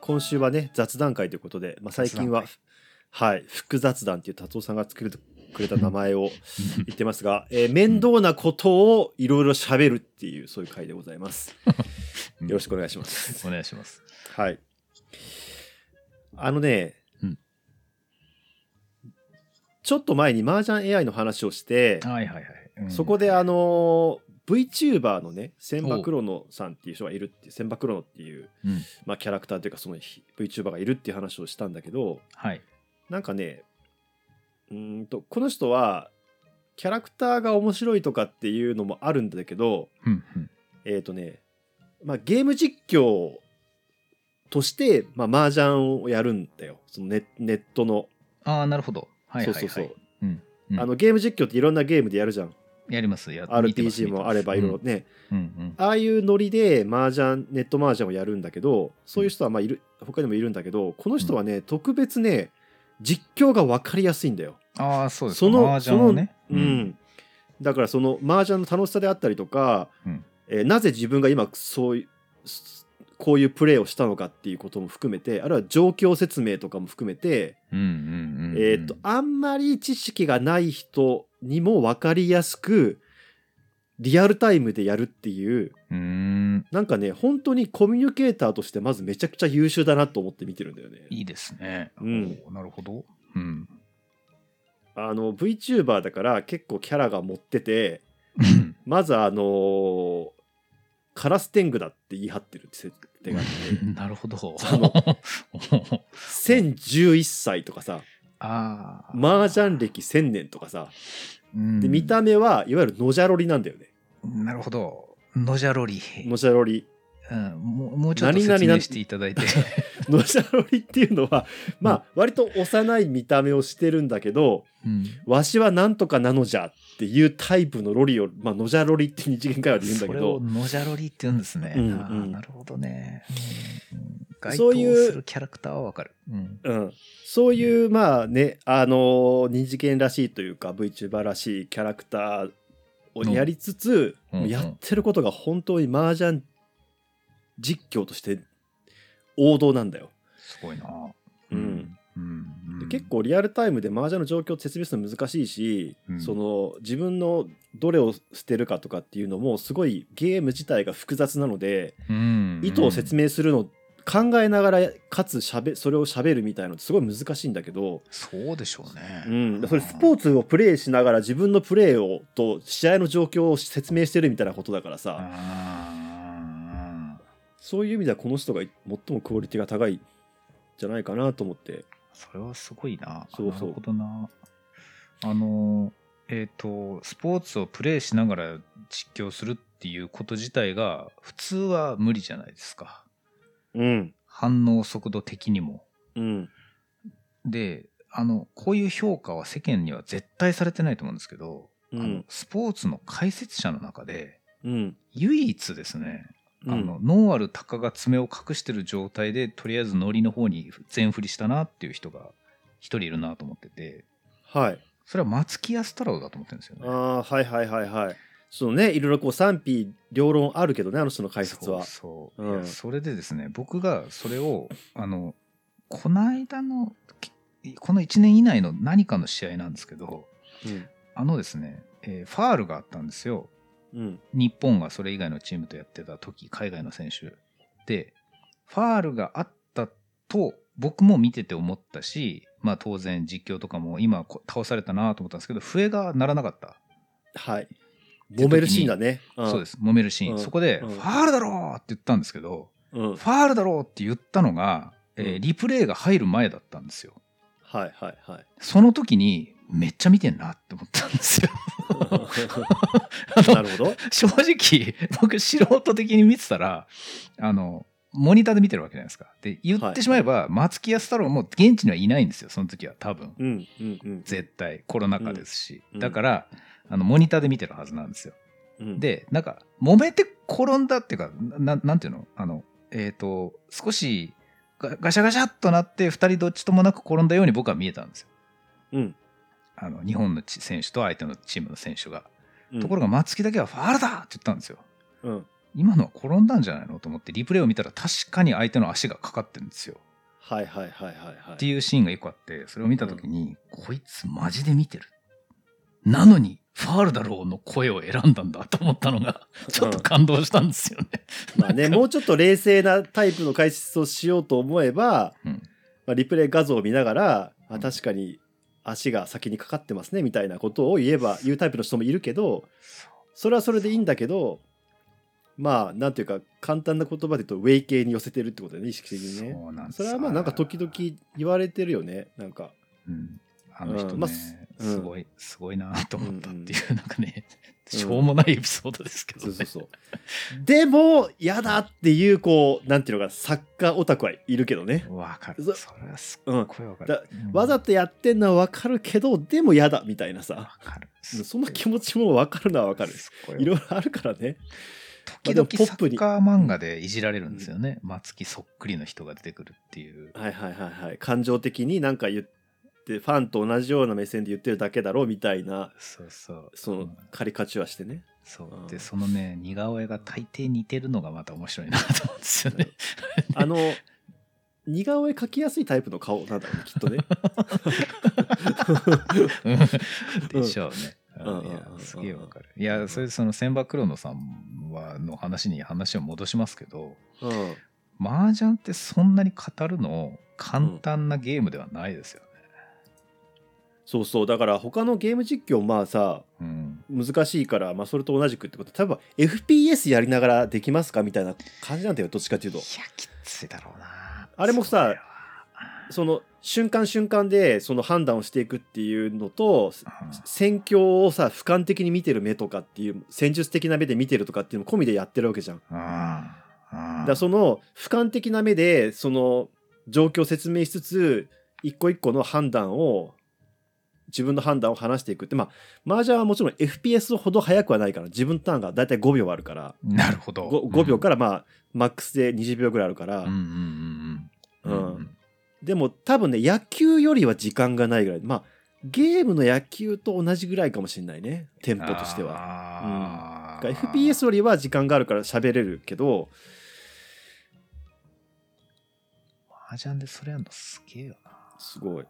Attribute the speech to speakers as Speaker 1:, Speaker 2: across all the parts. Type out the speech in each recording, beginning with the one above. Speaker 1: 今週はね雑談会ということで、まあ、最近ははい副雑談っていう達夫さんが作るくれた名前 を言ってますが、えー面倒なことをいろいろ喋るっていうそういう回でございます。よ ろしくお願いします。
Speaker 2: お願いします。
Speaker 1: はい。あのね、
Speaker 2: うん
Speaker 1: ちょっと前に麻雀 AI の話をして、
Speaker 2: はいはいはい。うん
Speaker 1: そこであのー VTuber のね、千葉クロノさんっていう人がいるって、千葉クロノっていう、
Speaker 2: うん
Speaker 1: まあ、キャラクターというか、その VTuber がいるっていう話をしたんだけど、
Speaker 2: はい。
Speaker 1: なんかね、うーんと、この人は、キャラクターが面白いとかっていうのもあるんだけど、
Speaker 2: うんうん
Speaker 1: えっ、とね、まあ、ゲーム実況として、まあ、麻雀をやるんだよ。そのネネットの。
Speaker 2: ああ、なるほど。はいはいはい。
Speaker 1: そうそうそう。
Speaker 2: うんうん
Speaker 1: あの、ゲーム実況っていろんなゲームでやるじゃん。
Speaker 2: やります。や
Speaker 1: RPG もあればいろいろ。ね。
Speaker 2: 見てますうん
Speaker 1: ああいうノリで麻雀、ネット麻雀をやるんだけど、そういう人はまあいる、他にもいるんだけど、この人はね、特別ね、実況が分かりやすいんだよ。
Speaker 2: うんうんああ、そうです。
Speaker 1: その
Speaker 2: 麻雀をね。
Speaker 1: うん。だからその麻雀の楽しさであったりとか、
Speaker 2: うん
Speaker 1: えーなぜ自分が今そういうすこういうプレーをしたのかっていうことも含めてあるいは状況説明とかも含めて、
Speaker 2: うんうんうんうん。
Speaker 1: えーっとあんまり知識がない人にも分かりやすくリアルタイムでやるっていう
Speaker 2: うーん。
Speaker 1: なんかね本当にコミュニケーターとしてまずめちゃくちゃ優秀だなと思って見てるんだよね。
Speaker 2: いいですね。
Speaker 1: うん
Speaker 2: おーなるほど。うん。
Speaker 1: あの VTuber だから結構キャラが持っててまずあのーカラス天狗だって言い張ってる設定があって
Speaker 2: なるほど。
Speaker 1: その1011歳とかさ
Speaker 2: ああ。
Speaker 1: 麻雀歴1000年とかさ
Speaker 2: うん
Speaker 1: で見た目はいわゆるのじゃろりなんだよね
Speaker 2: なるほど。のじゃろり。
Speaker 1: のじゃろり
Speaker 2: うんもうもうちょっと
Speaker 1: 何
Speaker 2: 説
Speaker 1: 々
Speaker 2: 明
Speaker 1: な
Speaker 2: していただいて。
Speaker 1: のじゃろりっていうのはまあ割と幼い見た目をしてるんだけど
Speaker 2: うん
Speaker 1: わしはなんとかなのじゃっていうタイプのロリを、まあのじゃろりって二次元会話で言うんだけ
Speaker 2: それ
Speaker 1: ど
Speaker 2: をノジャロリって言うんですね。
Speaker 1: うんうん
Speaker 2: あーなるほどね。うんうん該
Speaker 1: そういう
Speaker 2: 当するキャラクターはわかる。うん
Speaker 1: うん、そういうまあねあのー二次元らしいというか VTuber らしいキャラクターをやりつつ、
Speaker 2: うん
Speaker 1: もうやってることが本当に麻雀実況として王道なんだよ。
Speaker 2: すごいな。
Speaker 1: うん
Speaker 2: うん
Speaker 1: で結、構リアルタイムで麻雀の状況を説明するの難しいし、
Speaker 2: うん
Speaker 1: その自分のどれを捨てるかとかっていうのもすごいゲーム自体が複雑なので、
Speaker 2: うん
Speaker 1: 意図を説
Speaker 2: 明。
Speaker 1: 明するのを考えながらかつしゃべそれをしゃべるみたいなのってすごい難しいんだけど、
Speaker 2: そうでしょうね。
Speaker 1: うん、それスポーツをプレーしながら自分のプレーをと試合の状況を説明してるみたいなことだからさ
Speaker 2: あー
Speaker 1: そういう意味ではこの人が最もクオリティが高いんじゃないかなと思って
Speaker 2: それはすごいな。
Speaker 1: そうそう
Speaker 2: なるほどな。あの、えっ、と、スポーツをプレーしながら実況するっていうこと自体が、普通は無理じゃないですか。
Speaker 1: うん
Speaker 2: 反応速度的にも。
Speaker 1: うん
Speaker 2: であのこういう評価は世間には絶対されてないと思うんですけど、
Speaker 1: う
Speaker 2: あの
Speaker 1: ん
Speaker 2: スポーツの解説者の中で
Speaker 1: うん
Speaker 2: 唯一ですね、
Speaker 1: う
Speaker 2: あ
Speaker 1: ん
Speaker 2: の脳ある鷹が爪を隠してる状態でとりあえずノリの方に全振りしたなっていう人が一人いるなと思ってて
Speaker 1: はい
Speaker 2: それは松木安太郎だと思ってるんですよ
Speaker 1: あ
Speaker 2: ね。
Speaker 1: ーはいはいはいはいそのねいろいろこう賛否両論あるけどねあの人の解説は
Speaker 2: そうそうう、
Speaker 1: ん
Speaker 2: いやそれでですね僕がそれをあのこの間のこの1年以内の何かの試合なんですけど
Speaker 1: うん
Speaker 2: あのですね、えーファールがあったんですよ。
Speaker 1: うん
Speaker 2: 日本がそれ以外のチームとやってた時、海外の選手。で、ファールがあったと、僕も見てて思ったし、まあ当然実況とかも今こ倒されたなと思ったんですけど、笛が鳴らなかった。
Speaker 1: はい揉めるシーンだね、
Speaker 2: そうですす。揉めるシーン。
Speaker 1: うん
Speaker 2: そこで、
Speaker 1: うん
Speaker 2: ファールだろうって言ったんですけど、
Speaker 1: うん、はい
Speaker 2: ファールだろうって言ったのが、えー
Speaker 1: うん
Speaker 2: リプレイが入る前だったんですよ。
Speaker 1: はいはい
Speaker 2: その時に、めっちゃ見てんなって思ったんです よ。あの
Speaker 1: なるほど
Speaker 2: 正直僕素人的に見てたらあのモニターで見てるわけじゃないですかで言ってしまえば、松木安太郎も現地にはいないんですよその時は多分
Speaker 1: うんうんうん
Speaker 2: 絶対コロナ禍ですし、
Speaker 1: うん
Speaker 2: だからあのモニターで見てるはずなんですよ
Speaker 1: うん
Speaker 2: でなんか揉めて転んだっていうかななんていうのあのえっ、と少しガガシャガシャっとなって2人どっちともなく転んだように僕は見えたんですよ
Speaker 1: うん
Speaker 2: あの日本のチ選手と相手のチームの選手が、
Speaker 1: うん
Speaker 2: ところが松木だけはファールだって言ったんですよ
Speaker 1: うん
Speaker 2: 今のは転んだんじゃないのと思ってリプレイを見たら確かに相手の足がかかってるんですよ。
Speaker 1: はいはいはいはいはい。
Speaker 2: っていうシーンが一個あってそれを見た時に、こいつマジで見てるなのにファールだろうの声を選んだんだと思った のがちょっと感動したんですよね。
Speaker 1: まあね、
Speaker 2: なんか
Speaker 1: もうちょっと冷静なタイプの解説をしようと思えば、
Speaker 2: うん
Speaker 1: まあ、リプレイ画像を見ながら、
Speaker 2: う
Speaker 1: あ
Speaker 2: ん
Speaker 1: 確かに足が先にかかってますねみたいなことを言えば言うタイプの人もいるけどそれはそれでいいんだけどまあなんていうか簡単な言葉で言うとウェイ系に寄せてるってことだよね意識的にね
Speaker 2: うなんです
Speaker 1: それはまあなんか時々言われてるよねなんか
Speaker 2: うんあの人ね、
Speaker 1: うんまあすうん
Speaker 2: すごいすごいなと思ったっていう、なんかね
Speaker 1: うん
Speaker 2: しょうもないエピソードですけど
Speaker 1: そう
Speaker 2: ね
Speaker 1: そうそうでも嫌だっていうこうなんていうのかサッカーオタクはいるけどね
Speaker 2: わかる
Speaker 1: そ
Speaker 2: それはすっごいわかる
Speaker 1: だ、わざ
Speaker 2: と
Speaker 1: とやってんのは分かるけどでも嫌だみたいなさ
Speaker 2: わかる
Speaker 1: その気持ちも分かるのは分かる。
Speaker 2: すっごい
Speaker 1: いろいろあるからね。
Speaker 2: 時々
Speaker 1: まあでもポ
Speaker 2: サ
Speaker 1: ップ
Speaker 2: ッ
Speaker 1: に
Speaker 2: カー漫画でいじられるんですよね、松木そっくりの人が出てくるっていう
Speaker 1: はいはいはいはい。感情的になんか言って、ファンと同じような目線で言ってるだけだろうみたいな、
Speaker 2: そうそう
Speaker 1: その
Speaker 2: ん
Speaker 1: カリカチュアしてね。
Speaker 2: そううんでそのね似顔絵が大抵似てるのがまた面白いなと思うんですよね
Speaker 1: あの、似顔絵描きやすいタイプの顔なんだろうね、きっと ね。
Speaker 2: でしょうね。
Speaker 1: うん
Speaker 2: うんいや
Speaker 1: うん
Speaker 2: すげえわかる。いうや、
Speaker 1: ん
Speaker 2: それでその千葉黒野さんはの話に話を戻しますけど、
Speaker 1: うん。
Speaker 2: 麻雀ってそんなに語るの簡単なゲームではないですよね。
Speaker 1: そうそう。だから他のゲーム実況、まあさ、
Speaker 2: うん。
Speaker 1: 難しいから、まあそれと同じくってこと。例えば FPS やりながらできますかみたいな感じなんだよ、どっちかっていう
Speaker 2: い
Speaker 1: と
Speaker 2: や。、きついだろうな。
Speaker 1: あれもさ
Speaker 2: それは、
Speaker 1: その瞬間瞬間でその判断をしていくっていうのと、
Speaker 2: うん
Speaker 1: 戦況をさ俯瞰的に見てる目とかっていう戦術的な目で見てるとかっていうの込みでやってるわけじゃん。だ
Speaker 2: あ
Speaker 1: か
Speaker 2: あ。
Speaker 1: らその俯瞰的な目でその状況を説明しつつ一個一個の判断を自分の判断を話していくってまあ麻雀はもちろん FPS ほど速くはないから自分のターンがだいたい5秒あるから
Speaker 2: なるほど。
Speaker 1: 5, 秒からまあ、マックスで20秒ぐらいあるから、
Speaker 2: うんうんうんうん。
Speaker 1: うんでも多分ね野球よりは時間がないぐらいまあゲームの野球と同じぐらいかもしれないねテンポとしては。
Speaker 2: は
Speaker 1: だから FPS よりは時間があるから喋れるけど
Speaker 2: 麻雀でそれやるのすげえよ
Speaker 1: すごい。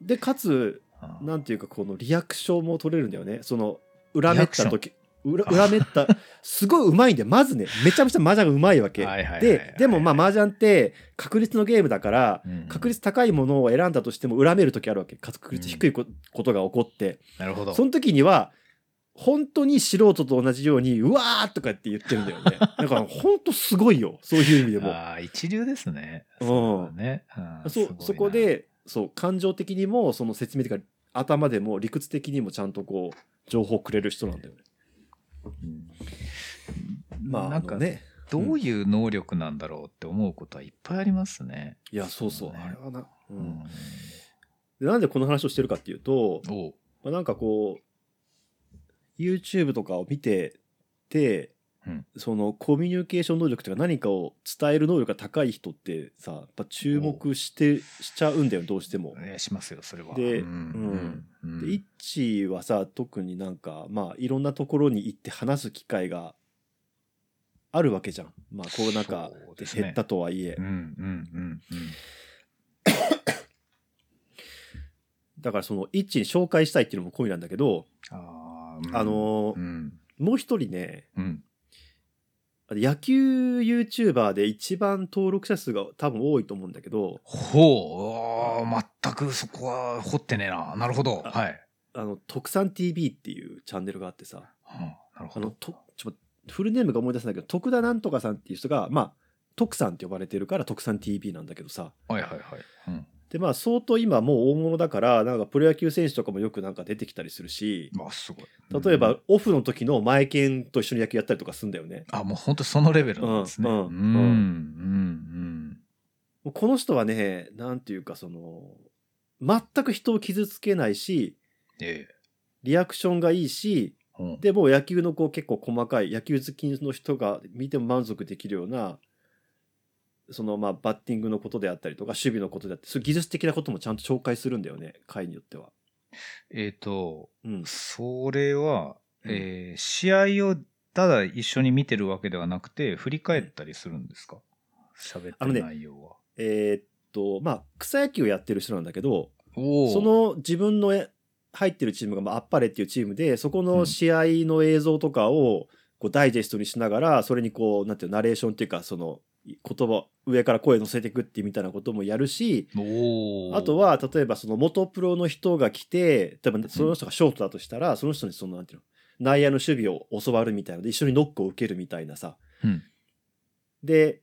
Speaker 1: でかつ
Speaker 2: な。うん
Speaker 1: なんていうかこのリアクションも取れるんだよねその裏めった時裏裏めったすごいうまいんでまずねめちゃめちゃ麻雀がうまいわけ。
Speaker 2: はいはいはいはい
Speaker 1: ででもまあ麻雀って確率のゲームだから
Speaker 2: うんうん
Speaker 1: 確率高いものを選んだとしても恨める時あるわけ確率低いこことが起こって。
Speaker 2: なるほど。
Speaker 1: その時には本当に素人と同じようにうわーとかって言ってるんだよ ねだから本当すごいよそういう意味でも
Speaker 2: ああ、一流ですね。
Speaker 1: うん
Speaker 2: そうだね。あー
Speaker 1: そうそこ、でそう感情的にもその説明というか頭でも理屈的にもちゃんとこう情報くれる人なんだよね
Speaker 2: すごいなうん
Speaker 1: まあ
Speaker 2: なんか
Speaker 1: あの
Speaker 2: ね、
Speaker 1: ね
Speaker 2: どういう能力なんだろうって思うことはいっぱいありますね。
Speaker 1: いやそうそう
Speaker 2: そうね
Speaker 1: あれはな、う、
Speaker 2: うん
Speaker 1: でなんでこの話をしてるかっていうと、
Speaker 2: おう
Speaker 1: まあ、なんかこう YouTube とかを見てて、
Speaker 2: うん
Speaker 1: そのコミュニケーション能力というか何かを伝える能力が高い人ってさやっぱ注目してしちゃうんだよどうしても
Speaker 2: お。願いしますよ、それは。
Speaker 1: で
Speaker 2: うんうん
Speaker 1: でイッチはさ特になんかまあいろんなところに行って話す機会があるわけじゃん。まあコロナ禍
Speaker 2: そう
Speaker 1: で
Speaker 2: ですね
Speaker 1: 減ったとはいえ、
Speaker 2: うんうんうんうん
Speaker 1: だからそのイッチに紹介したいっていうのも込みなんだけど、
Speaker 2: あーうん
Speaker 1: あのー
Speaker 2: うん
Speaker 1: もう一人ね
Speaker 2: うん
Speaker 1: 野球 YouTuber で一番登録者数が多分多いと思うんだけど
Speaker 2: ほうあー、全くそこは掘ってねえな。なるほど。
Speaker 1: あ
Speaker 2: はい。
Speaker 1: あの特産 TV っていうチャンネルがあってさ
Speaker 2: うんなる
Speaker 1: あ
Speaker 2: ほ
Speaker 1: の
Speaker 2: ど。
Speaker 1: とちょっとフルネームが思い出せないけど徳田なんとかさんっていう人がまあ徳さんって呼ばれてるから徳さん TV なんだけどさ
Speaker 2: はいはいはい。うん
Speaker 1: でまあ相当今もう大物だからなんかプロ野球選手とかもよくなんか出てきたりするし
Speaker 2: まあ、すごい。
Speaker 1: 例え
Speaker 2: うん
Speaker 1: ばオフの時の前剣と一緒に野球やったりとかするんだよね
Speaker 2: あ、もう本当そのレベルなんですね。
Speaker 1: う
Speaker 2: うんん、
Speaker 1: う
Speaker 2: うんん、
Speaker 1: う
Speaker 2: うん。
Speaker 1: もうこの人はねなんていうかその全く人を傷つけないし
Speaker 2: ええ。
Speaker 1: リアクションがいいし
Speaker 2: うん
Speaker 1: でもう野球のこう結構細かい野球好きの人が見ても満足できるようなそのまあバッティングのことであったりとか守備のことであってそういう技術的なこともちゃんと紹介するんだよね回によっては。
Speaker 2: えっ、と、
Speaker 1: うん、
Speaker 2: それは、
Speaker 1: うん
Speaker 2: えー試合をただ一緒に見てるわけではなくて、振り返ったりするんですか喋って
Speaker 1: あの
Speaker 2: る
Speaker 1: ね
Speaker 2: 内容は。
Speaker 1: えーっとまあ草野球をやってる人なんだけど
Speaker 2: おー
Speaker 1: そ、の自分のえ入ってるチームが、まあ、あっぱれっていうチームでそこの試合の映像とかをこうダイジェストにしながらそれにこうなんていうのナレーションっていうかそのい言葉上から声乗せていくっていうみたいなこともやるし
Speaker 2: おー
Speaker 1: あと、は例えばその元プロの人が来て例えばその人がショートだとしたら、その人にそのなんていうの内野の守備を教わるみたいので一緒にノックを受けるみたいなさ
Speaker 2: うん、
Speaker 1: で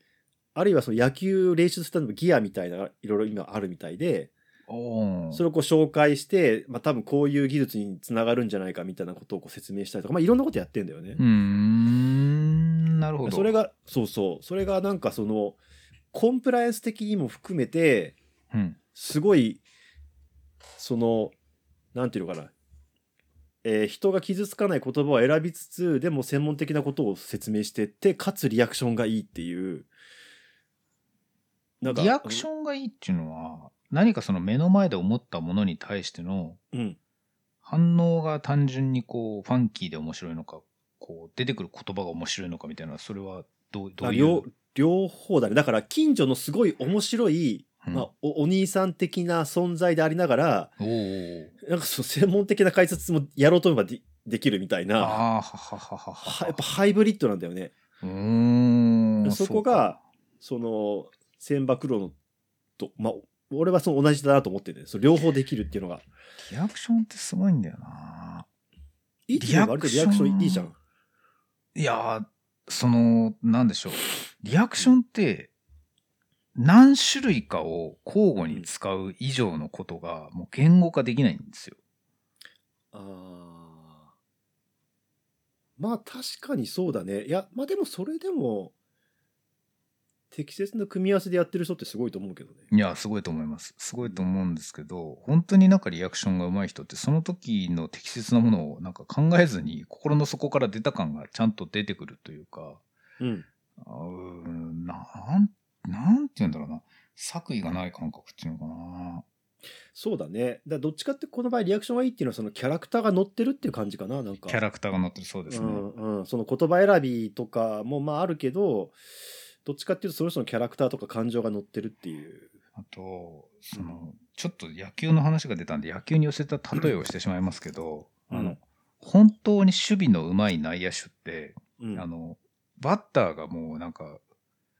Speaker 1: あるいはその野球練習スタンドのギアみたいなのがいろいろ今あるみたいで、
Speaker 2: おー
Speaker 1: それをこう紹介して、まあ、多分こういう技術につながるんじゃないかみたいなことをこう説明したりとか、まあ、いろんなことやってんだよね
Speaker 2: うー。ん、なるほど。
Speaker 1: それがそうそうそれがなんかそのコンプライアンス的にも含めて
Speaker 2: うん、
Speaker 1: すごいそのなんていうのかな、えー人が傷つかない言葉を選びつつでも専門的なことを説明してってかつリアクションがいいっていうなんか
Speaker 2: リアクションがいいっていうのは、何かその目の前で思ったものに対しての
Speaker 1: うん
Speaker 2: 反応が単純にこう、ファンキーで面白いのか、こう、出てくる言葉が面白いのかみたいな、それはどうどういう。
Speaker 1: 両両方だねだから近所のすごい面白い、
Speaker 2: うん
Speaker 1: まあ、おお兄さん的な存在でありながら
Speaker 2: おー
Speaker 1: なんかその専門的な解説もやろうと思えばでできるみたい
Speaker 2: あー
Speaker 1: な
Speaker 2: ははははは
Speaker 1: はやっぱハイブリッドなんだよね。
Speaker 2: うーん
Speaker 1: そこがその千馬黒のと、まあ、俺はその同じだなと思ってて、ね、その両方できるっていうのが
Speaker 2: そうかリアクションってすごいんだよない
Speaker 1: いっていうのが割とリアクションいいじゃん。
Speaker 2: いやーそのなんでしょうリアクションって何種類かを交互に使う以上のことがもう言語化できないんですよ
Speaker 1: あーまあ確かにそうだね。いやまあでもそれでも適切な組み合わせでやってる人ってすごいと思うけどね。
Speaker 2: いやすごいと思いますすごいと思うんですけど本当になんかリアクションが上手い人ってその時の適切なものをなんか考えずに心の底から出た感がちゃんと出てくるというか
Speaker 1: うん
Speaker 2: あうーんなん、なんて言うんだろうな。作為がない感覚っていうのかな。
Speaker 1: そうだね。だからどっちかってこの場合リアクションがいいっていうのはそのキャラクターが乗ってるっていう感じかな。なんか
Speaker 2: キャラクターが乗ってるそうですね。
Speaker 1: うんうん、その言葉選びとかもまああるけどどっちかっていうとその人のキャラクターとか感情が乗ってるっていう。
Speaker 2: あと、その、
Speaker 1: う
Speaker 2: ちょっと野球の話が出たんで、野球に寄せた例えをしてしまいますけど、
Speaker 1: うん
Speaker 2: あの、本当に守備の上手い内野手って、
Speaker 1: うん
Speaker 2: あの、バッターがもうなんか、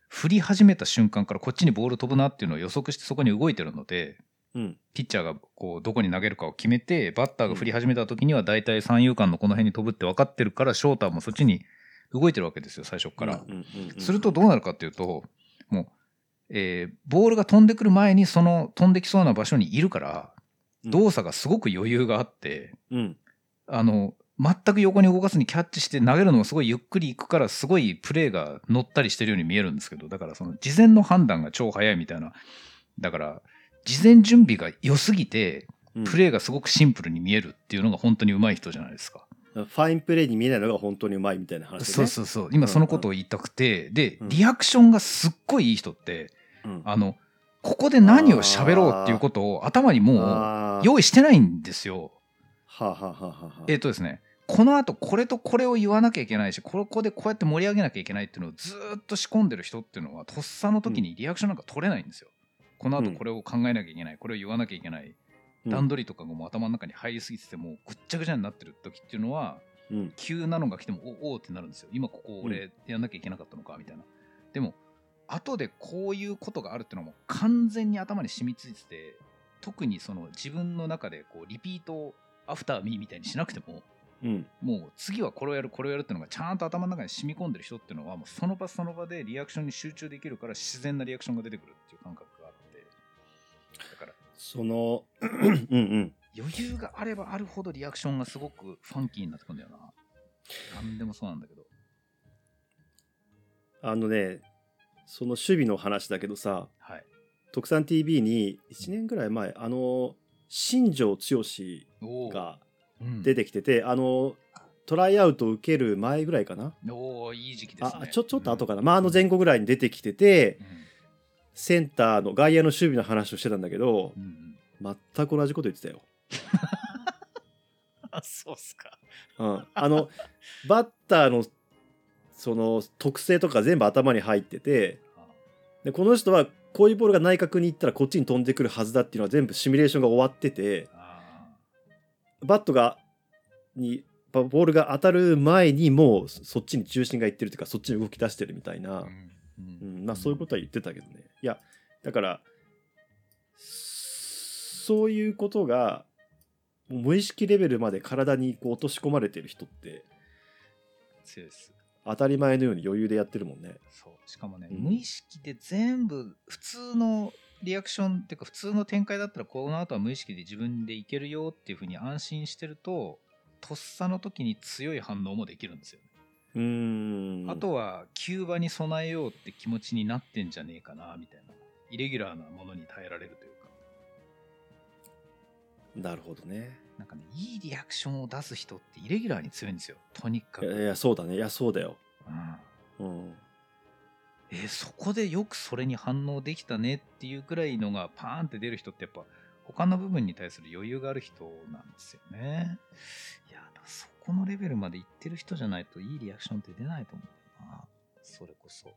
Speaker 2: 振り始めた瞬間からこっちにボール飛ぶなっていうのを予測してそこに動いてるので、
Speaker 1: うん
Speaker 2: ピッチャーがこうどこに投げるかを決めてバッターが振り始めた時には大体三遊間のこの辺に飛ぶって分かってるからショーターもそっちに動いてるわけですよ最初っから
Speaker 1: う。んうんうん
Speaker 2: するとどうなるかっていうともう、えーボールが飛んでくる前にその飛んできそうな場所にいるから
Speaker 1: うん
Speaker 2: 動作がすごく余裕があって
Speaker 1: うん
Speaker 2: あの全く横に動かずにキャッチして投げるのもすごいゆっくりいくからすごいプレーが乗ったりしてるように見えるんですけどだからその事前の判断が超早いみたいなだから事前準備が良すぎて
Speaker 1: うん
Speaker 2: プレーがすごくシンプルに見えるっていうのが本当に上手い人じゃないですか。
Speaker 1: ファインプレーに見えないのが本当にうまいみたいな話、ね、
Speaker 2: そうそうそう。今そのことを言いたくて、で、
Speaker 1: うん
Speaker 2: リアクションがすっごいいい人って、
Speaker 1: うん
Speaker 2: あの、ここで何を喋ろうっていうことを頭にも
Speaker 1: あ
Speaker 2: う
Speaker 1: ー
Speaker 2: 用意してないんですよ。
Speaker 1: はあはあはあはあ
Speaker 2: えっ、とですね、この後これとこれを言わなきゃいけないし、ここでこうやって盛り上げなきゃいけないっていうのをずーっと仕込んでる人っていうのは、とっさの時にリアクションなんか取れないんですよ。この後これを考えなきゃいけない、これを言わなきゃいけない。
Speaker 1: うん
Speaker 2: 段取りとかがもう頭の中に入りすぎててもうぐっちゃぐちゃになってる時っていうのは
Speaker 1: うん
Speaker 2: 急なのが来てもおおーってなるんですよ今ここ俺やんなきゃいけなかったのかみたいなでも後でこういうことがあるっていうのはもう完全に頭に染みついてて特にその自分の中でこうリピートをアフターミーみたいにしなくても
Speaker 1: うん
Speaker 2: もう次はこれをやるこれをやるっていうのがちゃんと頭の中に染み込んでる人っていうのはもうその場その場でリアクションに集中できるから自然なリアクションが出てくるっていう感覚があってだから
Speaker 1: そのうんうん
Speaker 2: 余裕があればあるほどリアクションがすごくファンキーになってくんだよな。なんでもそうなんだけど。
Speaker 1: あのねその守備の話だけどさ
Speaker 2: はい。
Speaker 1: 特産 TV に1年ぐらい前あの新庄剛志
Speaker 2: おー
Speaker 1: が
Speaker 2: うん
Speaker 1: 出てきてて、あのトライアウトを受ける前ぐらいかな、
Speaker 2: おーいい時期ですね。
Speaker 1: あちょちょっと後かな、
Speaker 2: な。
Speaker 1: まあ、あの前後ぐらいに出てきてて
Speaker 2: うん
Speaker 1: センターの外野の守備の話をしてたんだけど
Speaker 2: うんうん
Speaker 1: 全く同じこと言ってたよ、
Speaker 2: あそうっすか。
Speaker 1: うん、あのバッターのその特性とか全部頭に入っててでこの人はこういうボールが内角に行ったらこっちに飛んでくるはずだっていうのは全部シミュレーションが終わってて
Speaker 2: あ
Speaker 1: バットがにボールが当たる前にもうそっちに中心がいってるというかそっちに動き出してるみたいな。
Speaker 2: ーう
Speaker 1: うんん、まあそういうことは言ってたけどね。いや、だから、そういうことが、もう無意識レベルまで体にこう落とし込まれてる人って、
Speaker 2: 強いです
Speaker 1: 当たり前のように余裕でやってるもんね。
Speaker 2: そうしかもね、
Speaker 1: うん
Speaker 2: 無意識で全部普通のリアクションっていうか普通の展開だったらこの後は無意識で自分でいけるよっていうふうに安心してるととっさの時に強い反応もできるんですよ、ね
Speaker 1: うーん。
Speaker 2: あとは急場に備えようって気持ちになってんじゃねえかなみたいなイレギュラーなものに耐えられるというか
Speaker 1: なるほどね。
Speaker 2: なんかねいいリアクションを出す人ってイレギュラーに強いんですよとにか
Speaker 1: い
Speaker 2: く、
Speaker 1: や、いやそうだね。いや、そうだよ。
Speaker 2: うん
Speaker 1: うん。
Speaker 2: えーそこでよくそれに反応できたねっていうくらいのがパーンって出る人ってやっぱ他の部分に対する余裕がある人なんですよね。いやだからそこのレベルまでいってる人じゃないといいリアクションって出ないと思うんだよなそれこそ。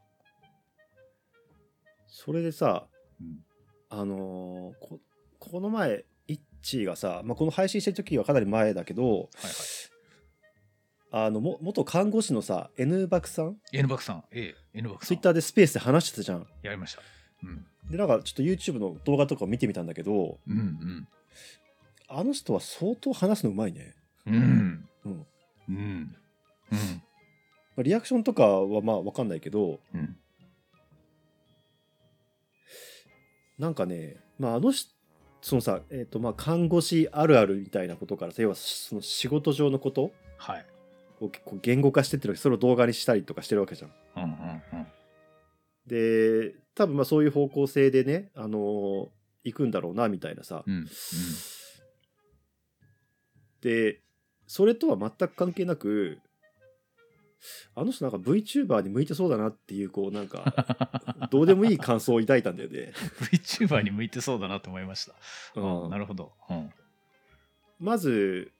Speaker 1: それでさ、
Speaker 2: うん
Speaker 1: あのーこ、この前、イッチーがさ、まあ、この配信してる時はかなり前だけど、
Speaker 2: はいは
Speaker 1: あの、も元看護師のさ、N バクさん、
Speaker 2: い、N バクさん A N バクさ
Speaker 1: ツ
Speaker 2: ん
Speaker 1: イッターでスペースで話してたじゃん。
Speaker 2: やりました。うん
Speaker 1: でなんかちょっと YouTube の動画とかを見てみたんだけど
Speaker 2: うん
Speaker 1: あの人は相当話すのうまいね、
Speaker 2: うんうん
Speaker 1: うん
Speaker 2: うんうん
Speaker 1: まあ、リアクションとかはまあ分かんないけど
Speaker 2: うん
Speaker 1: なんかね、まあ、あの人そのさ、えっとまあ看護師あるあるみたいなことからさ要はその仕事上のこと
Speaker 2: はい。
Speaker 1: を結構言語化してってるわけそれを動画にしたりとかしてるわけじゃん。
Speaker 2: うんうんうん
Speaker 1: で多分まあそういう方向性でね、あのー行くんだろうなみたいなさ、
Speaker 2: うんうん
Speaker 1: でそれとは全く関係なくあの人なんか VTuber に向いてそうだなっていうこうなんか どうでもいい感想を抱いたんだよね、
Speaker 2: VTuber に向いてそうだなと思いました。
Speaker 1: うん
Speaker 2: なるほど。うん
Speaker 1: まず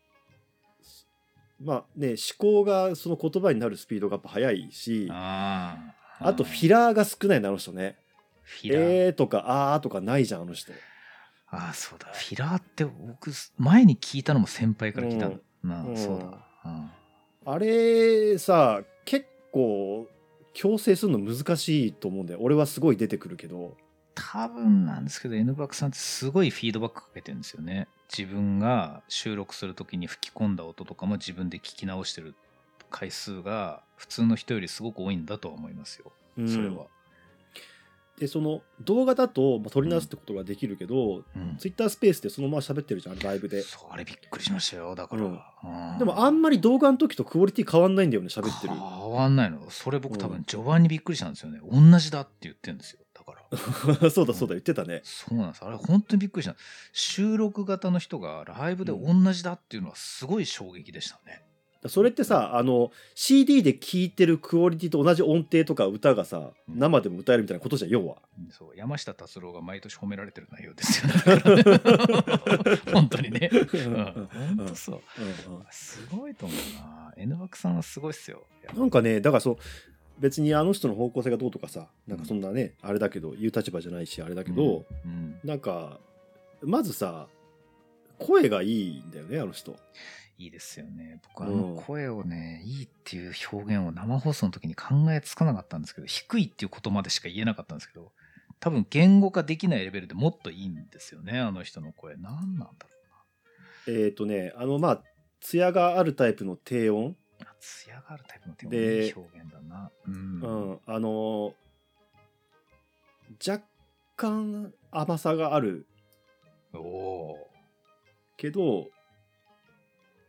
Speaker 1: まあね思考がその言葉になるスピードがやっぱ速いしあ
Speaker 2: あ
Speaker 1: とフィ
Speaker 2: ラ
Speaker 1: ラーが少ないなあの人ね「
Speaker 2: フィラー、
Speaker 1: えー」とか「あー」とかないじゃんあの人
Speaker 2: ああそうだフィラーって僕前に聞いたのも先輩から聞いたんだなあ、
Speaker 1: うん
Speaker 2: そうだ、うん
Speaker 1: あれさ結構強制するの難しいと思うんだよ俺はすごい出てくるけど
Speaker 2: 多分なんですけど N バックさんってすごいフィードバックかけてるんですよね自分が収録するときに吹き込んだ音とかも自分で聞き直してる回数が普通の人よりすごく多いんだとは思いますよ
Speaker 1: うん
Speaker 2: それは、
Speaker 1: でその動画だと、まあ撮り直すってことができるけど、
Speaker 2: うん
Speaker 1: ツイッタースペースでそのまま喋ってるじゃんライブで
Speaker 2: そうあれびっくりしましたよだから、
Speaker 1: うん
Speaker 2: うん
Speaker 1: でもあんまり動画の時とクオリティ変わんないんだよね喋ってる
Speaker 2: 変わんないのそれ僕多
Speaker 1: う
Speaker 2: 分
Speaker 1: ん
Speaker 2: 序盤にびっくりしたんですよね、同じだって言ってるんですよだか ら
Speaker 1: そうだそうだ言ってたね
Speaker 2: そうなんですあれ本当にびっくりした収録型の人がライブで同じだっていうのはすごい衝撃でしたね、
Speaker 1: それってさあの CD で聴いてるクオリティと同じ音程とか歌がさ
Speaker 2: うん
Speaker 1: 生でも歌えるみたいなことじゃん要は
Speaker 2: そう山下達郎が毎年褒められてる内容ですよね だからね本当にね、うん、本当そうすごいと思うな N バクさんはすごいっすよいや
Speaker 1: なんかねだからそう別にあの人の方向性がどうとかさなんかそんなね、あれだけど言う立場じゃないしあれだけど、
Speaker 2: うん
Speaker 1: なんかまずさ声がいいんだよねあの人
Speaker 2: いいですよね僕はあの
Speaker 1: うん
Speaker 2: 声をね、いいっていう表現を生放送の時に考えつかなかったんですけど低いっていうことまでしか言えなかったんですけど多分言語化できないレベルでもっといいんですよねあの人の声何なんだろ
Speaker 1: えっ、とね、あの、まあ、艶があるタイプの低音、
Speaker 2: うな艶があるタイプの手も
Speaker 1: で
Speaker 2: いい表現だなうん、
Speaker 1: うん、あのー若干甘さがある
Speaker 2: おお
Speaker 1: けど、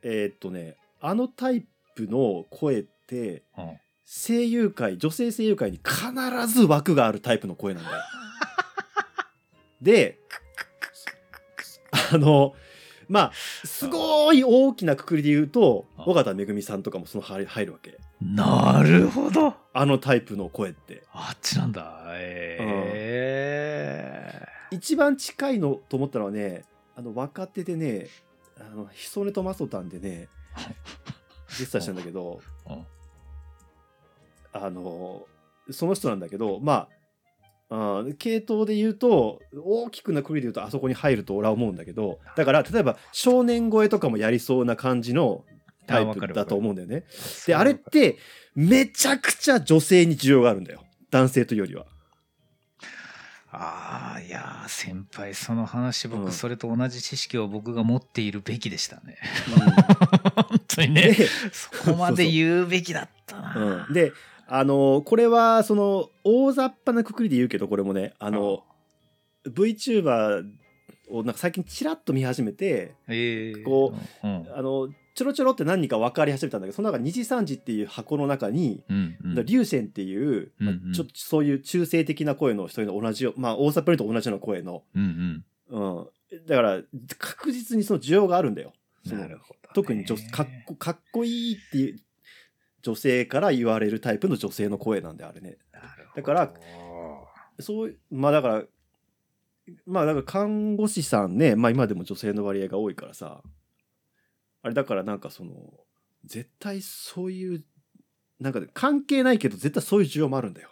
Speaker 1: えっ、とね、あのタイプの声って、
Speaker 2: ー、うん
Speaker 1: 声優界、女性声優界に必ず枠があるタイプの声なんだよ。 で、 あの、まあ、すごい大きなくくりで言うと、
Speaker 2: あ
Speaker 1: 尾形めぐみさんとかもその入入るわけ。
Speaker 2: なるほど
Speaker 1: あのタイプの声って。
Speaker 2: あっちなんだえ
Speaker 1: 一番近いのと思ったのはね、あの若手でね、あのヒソネとマソタンでね、実際したんだけど、
Speaker 2: ーうん
Speaker 1: あのその人なんだけどまああー系統で言うと大きくなくりで言うとあそこに入ると俺は思うんだけどだから例えば少年声とかもやりそうな感じのタイプだと思うんだよね。であれってめちゃくちゃ女性に需要があるんだよ男性というよりは。
Speaker 2: ああいやー先輩その話僕、
Speaker 1: うん
Speaker 2: それと同じ知識を僕が持っているべきでした ね本当に
Speaker 1: で
Speaker 2: ねそこまで言うべきだったな
Speaker 1: うん、であのこれはその大雑把なくくりで言うけどこれもねあの VTuber をなんか最近ちらっと見始めて
Speaker 2: ええ
Speaker 1: こ
Speaker 2: う、うん
Speaker 1: あのちょろちょろって何人か分かり始めたんだけどその中二次三次っていう箱の中に
Speaker 2: うんうん
Speaker 1: 龍泉っていう、まあ
Speaker 2: うんうん
Speaker 1: ちょっとそういう中性的な声の人の同じよまあ大雑把に言うと同じような声の、
Speaker 2: うん
Speaker 1: うん、だから確実にその需要があるんだよ。
Speaker 2: う
Speaker 1: そ
Speaker 2: ん
Speaker 1: の
Speaker 2: なるほどね
Speaker 1: 特に女かっこかっこいいっていう女性から言われるタイプの女性の声なんであれね
Speaker 2: なるほど
Speaker 1: だからそうまあだからまあだから看護師さんね、まあ、今でも女性の割合が多いからさあれだからなんかその絶対そういうなんかね関係ないけど絶対そういう需要もあるんだよ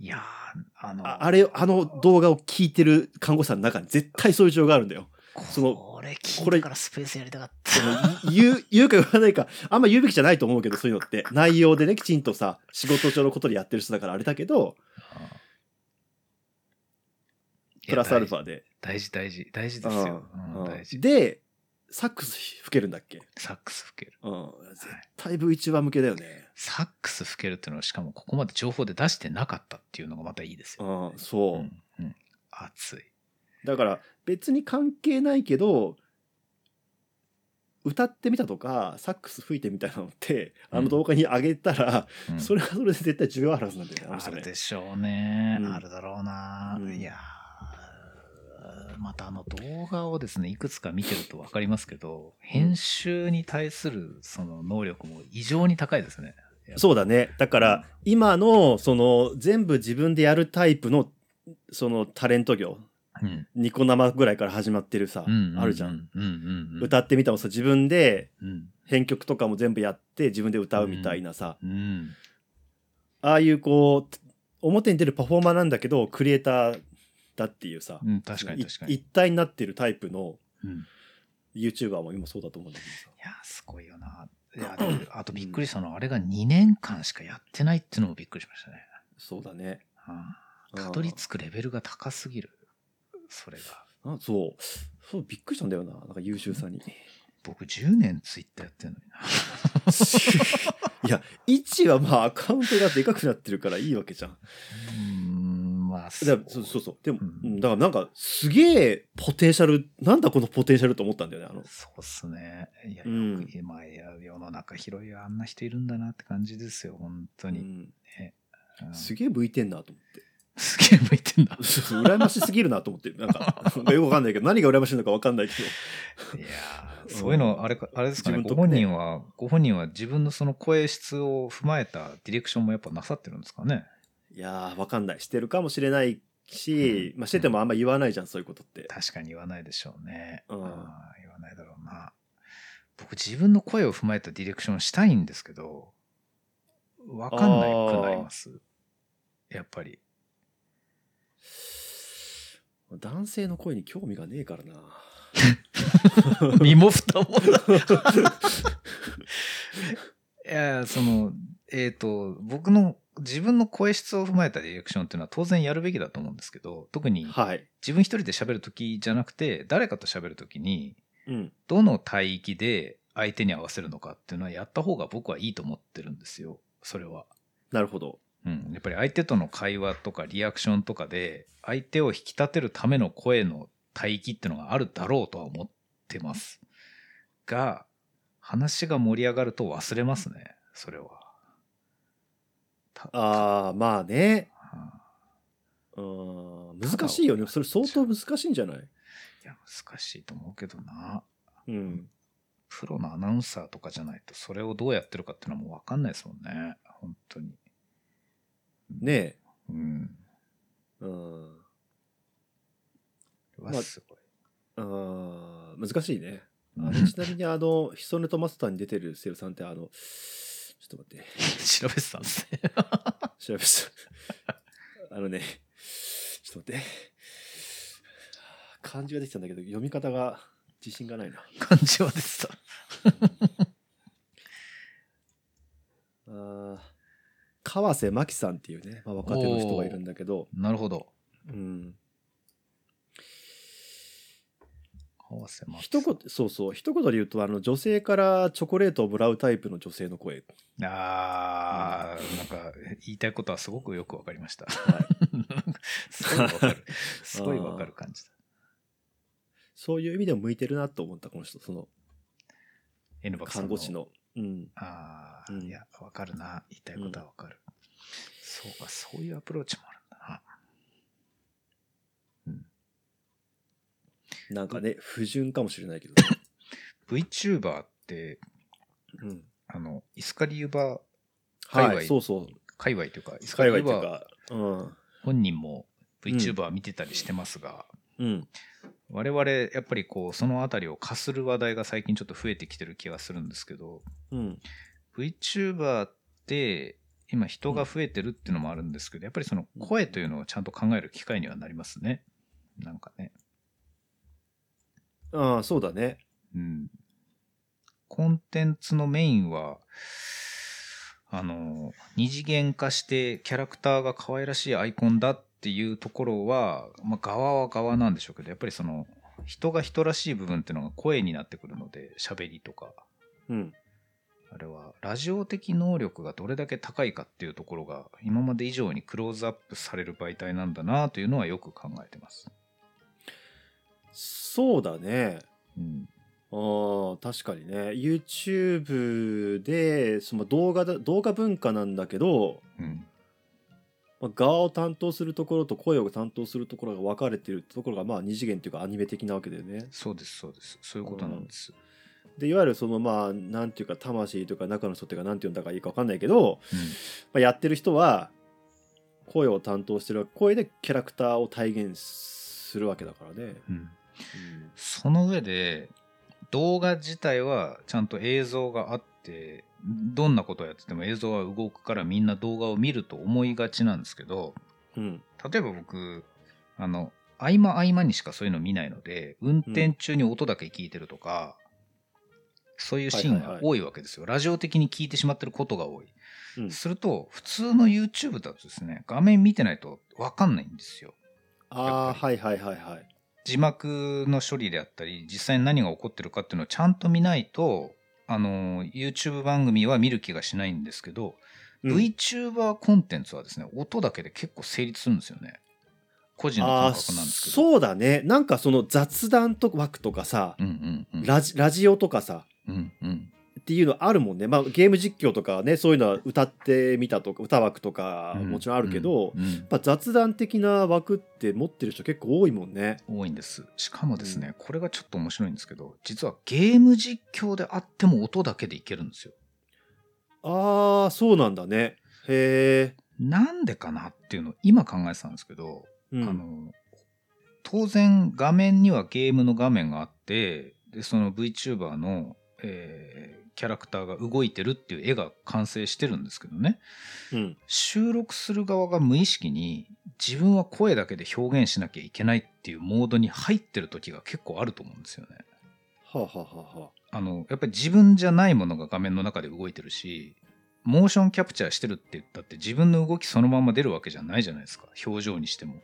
Speaker 2: いやーあの
Speaker 1: ああれあの動画を聞いてる看護師さんの中に絶対そういう需要があるんだよその
Speaker 2: これ聞いてからスペースやりたかった
Speaker 1: そのい言う言うか言わないかあんま言うべきじゃないと思うけどそういうのって内容でねきちんとさ仕事上のことでやってる人だからあれだけどプラスアルフ
Speaker 2: ァ
Speaker 1: ァで、
Speaker 2: 大事大事大事ですよ、うん
Speaker 1: うん
Speaker 2: 大事
Speaker 1: でサックス吹けるんだっけ、
Speaker 2: サックス吹ける
Speaker 1: うん、絶対 VTuber 向けだよね、
Speaker 2: サックス吹けるっていうのはしかもここまで情報で出してなかったっていうのがまたいいですよ
Speaker 1: うん、そう、
Speaker 2: うんうん、熱い
Speaker 1: だから別に関係ないけど歌ってみたとかサックス吹いてみたいなのってあの動画に上げたら、
Speaker 2: うん
Speaker 1: それはそれで絶対需要あるはずなんだよねあの
Speaker 2: あ
Speaker 1: 人ね
Speaker 2: るでしょうね、
Speaker 1: うん
Speaker 2: あるだろうな、
Speaker 1: うん
Speaker 2: いやーまたあの動画をですねいくつか見てると分かりますけど編集に対するその能力も異常に高いですね
Speaker 1: そうだね。だから、今の、その、全部自分でやるタイプの、その、タレント業、
Speaker 2: うん、
Speaker 1: ニコ生ぐらいから始まってるさ、
Speaker 2: うんうん、
Speaker 1: あるじゃん。
Speaker 2: うんうんうん、
Speaker 1: 歌ってみたもさ、自分で、
Speaker 2: うん、
Speaker 1: 編曲とかも全部やって、自分で歌うみたいなさ、
Speaker 2: うん、
Speaker 1: ああいう、こう、表に出るパフォーマーなんだけど、クリエイターだっていうさ、
Speaker 2: うん、確かに確かに
Speaker 1: い一体になってるタイプの
Speaker 2: うん、い
Speaker 1: YouTuber も今そうだと思うんだけどさ。
Speaker 2: やすごいよない やでもあとびっくりしたのはあれが2年間しかやってないっていうのもびっくりしましたね
Speaker 1: そうだね。
Speaker 2: うん
Speaker 1: うん
Speaker 2: たどり着くレベルが高すぎるそれが
Speaker 1: あそう。そう、びっくりしたんだよな。なんか優秀 さに。
Speaker 2: 僕10年ツイッターやってるのにない
Speaker 1: や、1はまあアカウントがでかくなってるからいいわけじゃん。
Speaker 2: うーんまあ
Speaker 1: だからそうそうそう。でも、
Speaker 2: うん
Speaker 1: うんだからなんかすげえポテンシャル、なんだこのポテンシャルと思ったんだよね。あの
Speaker 2: そうっすねいやよく、
Speaker 1: うん
Speaker 2: 今や世の中広いよあんな人いるんだなって感じですよ本当に、う
Speaker 1: うんん
Speaker 2: す
Speaker 1: すげえ向いてんなと思って。
Speaker 2: げえ向いてんだ
Speaker 1: 羨ましすぎるなと思って。なん か、なんかよくわかんないけど、何が羨ましいのかわかんないけ
Speaker 2: いやーそういうのあれかあれですかね
Speaker 1: 自分
Speaker 2: ご
Speaker 1: と
Speaker 2: 本人はご本人は自分のその声質を踏まえたディレクションもやっぱなさってるんですかね
Speaker 1: ど。いやー、わかんない。してるかもしれないし、
Speaker 2: うん
Speaker 1: まあ、しててもあんま言わないじゃん、そういうことって。
Speaker 2: 確かに言わないでしょうね、
Speaker 1: うん
Speaker 2: あー言わないだろうな僕自分の声を踏まえたディレクションしたいんですけど分かんないくなりますやっ ぱり
Speaker 1: 男性の声に興味がねえからな。
Speaker 2: 身も蓋もない。いや、その、えっ、と、僕の自分の声質を踏まえたディレクションっていうのは当然やるべきだと思うんですけど、特に
Speaker 1: はい。
Speaker 2: 自分一人で喋るときじゃなくて、誰かと喋るときに、
Speaker 1: うん。
Speaker 2: どの帯域で相手に合わせるのかっていうのはやった方が僕はいいと思ってるんですよ、それは。
Speaker 1: なるほど。
Speaker 2: うん、やっぱり相手との会話とかリアクションとかで相手を引き立てるための声の帯域っていうのがあるだろうとは思ってますが話が盛り上がると忘れますねそれはた
Speaker 1: ああ、まあね。う
Speaker 2: うん
Speaker 1: ーん難しいよね。それ相当難しいんじゃない
Speaker 2: いや難しいと思うけどな
Speaker 1: うん。
Speaker 2: プロのアナウンサーとかじゃないとそれをどうやってるかっていうのはもう分かんないですもんね本当に
Speaker 1: ねえ。
Speaker 2: うん
Speaker 1: うん。
Speaker 2: うわすごい、
Speaker 1: あー難しいね。あ
Speaker 2: う
Speaker 1: の
Speaker 2: ん
Speaker 1: ちなみに、あの、ヒソネとマスターに出てるセルさんって、あの、ちょっと待って。
Speaker 2: 調べてたんですね。
Speaker 1: 調べました。あのね、ちょっと待って。漢字ができたんだけど、読み方が自信がないな。
Speaker 2: 感じは出てた。
Speaker 1: あー川瀬真紀さんっていうね、まあ、若手の人がいるんだけど、
Speaker 2: なるほど。
Speaker 1: うん、
Speaker 2: 合わせます。
Speaker 1: 一言、そうそう、一言で言うと、あの、女性からチョコレートをもらうタイプの女性の声。
Speaker 2: あー、なんか、言いたいことはすごくよくわかりました。
Speaker 1: はい
Speaker 2: すごいわかる。すごいわかる感じだ。
Speaker 1: そういう意味でも向いてるなと思った、この人、その、
Speaker 2: N バクさん
Speaker 1: 看護師。の。うん。
Speaker 2: ああ、
Speaker 1: うん
Speaker 2: いや、わかるな。言いたいことはわかる、そうか、そういうアプローチもあるんだな。
Speaker 1: なんかね、不純かもしれないけど。
Speaker 2: VTuber って、
Speaker 1: うん。
Speaker 2: あの、イスカリユバ界
Speaker 1: は
Speaker 2: 隈
Speaker 1: い、そうそう。
Speaker 2: 界隈というか、イスカ
Speaker 1: 海
Speaker 2: リユ
Speaker 1: 外という
Speaker 2: バ
Speaker 1: か、うん。
Speaker 2: 本人も VTuber 見てたりしてますが、
Speaker 1: うん。
Speaker 2: 我々やっぱりこうそのあたりをかする話題が最近ちょっと増えてきてる気がするんですけど
Speaker 1: うん。
Speaker 2: VTuber って今人が増えてるっていうのもあるんですけどやっぱりその声というのをちゃんと考える機会にはなりますねなんかね
Speaker 1: ああ、そうだね。
Speaker 2: うんコンテンツのメインはあの二次元化してキャラクターが可愛らしいアイコンだっていうところは、まあ、側は側なんでしょうけどやっぱりその人が人らしい部分っていうのが声になってくるので喋りとか
Speaker 1: うん。
Speaker 2: あれはラジオ的能力がどれだけ高いかっていうところが今まで以上にクローズアップされる媒体なんだなというのはよく考えてます。
Speaker 1: そうだね。
Speaker 2: うん、
Speaker 1: ああ、確かにね。YouTube で、その動画だ、動画文化なんだけど、
Speaker 2: うん、
Speaker 1: まあ、側を担当するところと声を担当するところが分かれてるところが、まあ、二次元というかアニメ的なわけだよね。
Speaker 2: そうですそうですそういうことなんです。
Speaker 1: で、いわゆるその、まあ、なんていうか、魂というか、中の人っていうか、なんて呼んだかいいか分かんないけど、
Speaker 2: うん
Speaker 1: まあ、やってる人は、声を担当してる声でキャラクターを体現するわけだからね。
Speaker 2: うんその上で動画自体はちゃんと映像があってどんなことをやってても映像は動くからみんな動画を見ると思いがちなんですけど
Speaker 1: うん。うん。
Speaker 2: 例えば僕あの合間合間にしかそういうの見ないので運転中に音だけ聞いてるとか、そういうシーン
Speaker 1: はいはい
Speaker 2: が
Speaker 1: はい
Speaker 2: 多いわけですよ、ラジオ的に聞いてしまってることが多い、
Speaker 1: うん
Speaker 2: すると普通の YouTube だとですね画面見てないと分かんないんですよ
Speaker 1: ああ、はいはいはいはい。
Speaker 2: 字幕の処理であったり実際に何が起こってるかっていうのをちゃんと見ないとあの YouTube 番組は見る気がしないんですけど、
Speaker 1: うん
Speaker 2: VTuber コンテンツはですね音だけで結構成立するんですよね個人の
Speaker 1: あ
Speaker 2: 感
Speaker 1: あ
Speaker 2: 覚なんですけど
Speaker 1: そうだねなんかその雑談と枠とかさ、
Speaker 2: うんうんうん
Speaker 1: ラジラジオとかさ
Speaker 2: うんうん
Speaker 1: っていうのあるもんね、まあ、ゲーム実況とかねそういうのは歌ってみたとか歌枠とか
Speaker 2: うん
Speaker 1: もちろんあるけど、
Speaker 2: うんうん
Speaker 1: やっぱ雑談的な枠って持ってる人結構多いもんね。
Speaker 2: 多いんですしかもですね、これがちょっと面白いんですけど実はゲーム実況であっても音だけでいけるんですよ
Speaker 1: ああそうなんだね。へえ。
Speaker 2: なんでかなっていうのを今考えてたんですけど、
Speaker 1: う
Speaker 2: あ
Speaker 1: ん。
Speaker 2: の当然画面にはゲームの画面があってでその VTuber の、えーキャラクターが動いてるっていう絵が完成してるんですけどね
Speaker 1: うん
Speaker 2: 収録する側が無意識に自分は声だけで表現しなきゃいけないっていうモードに入ってる時が結構あると思うんですよね。
Speaker 1: はあ、はあはあはあ、
Speaker 2: あのやっぱり自分じゃないものが画面の中で動いてるしモーションキャプチャーしてるって言ったって自分の動きそのまま出るわけじゃないじゃないですか表情にしても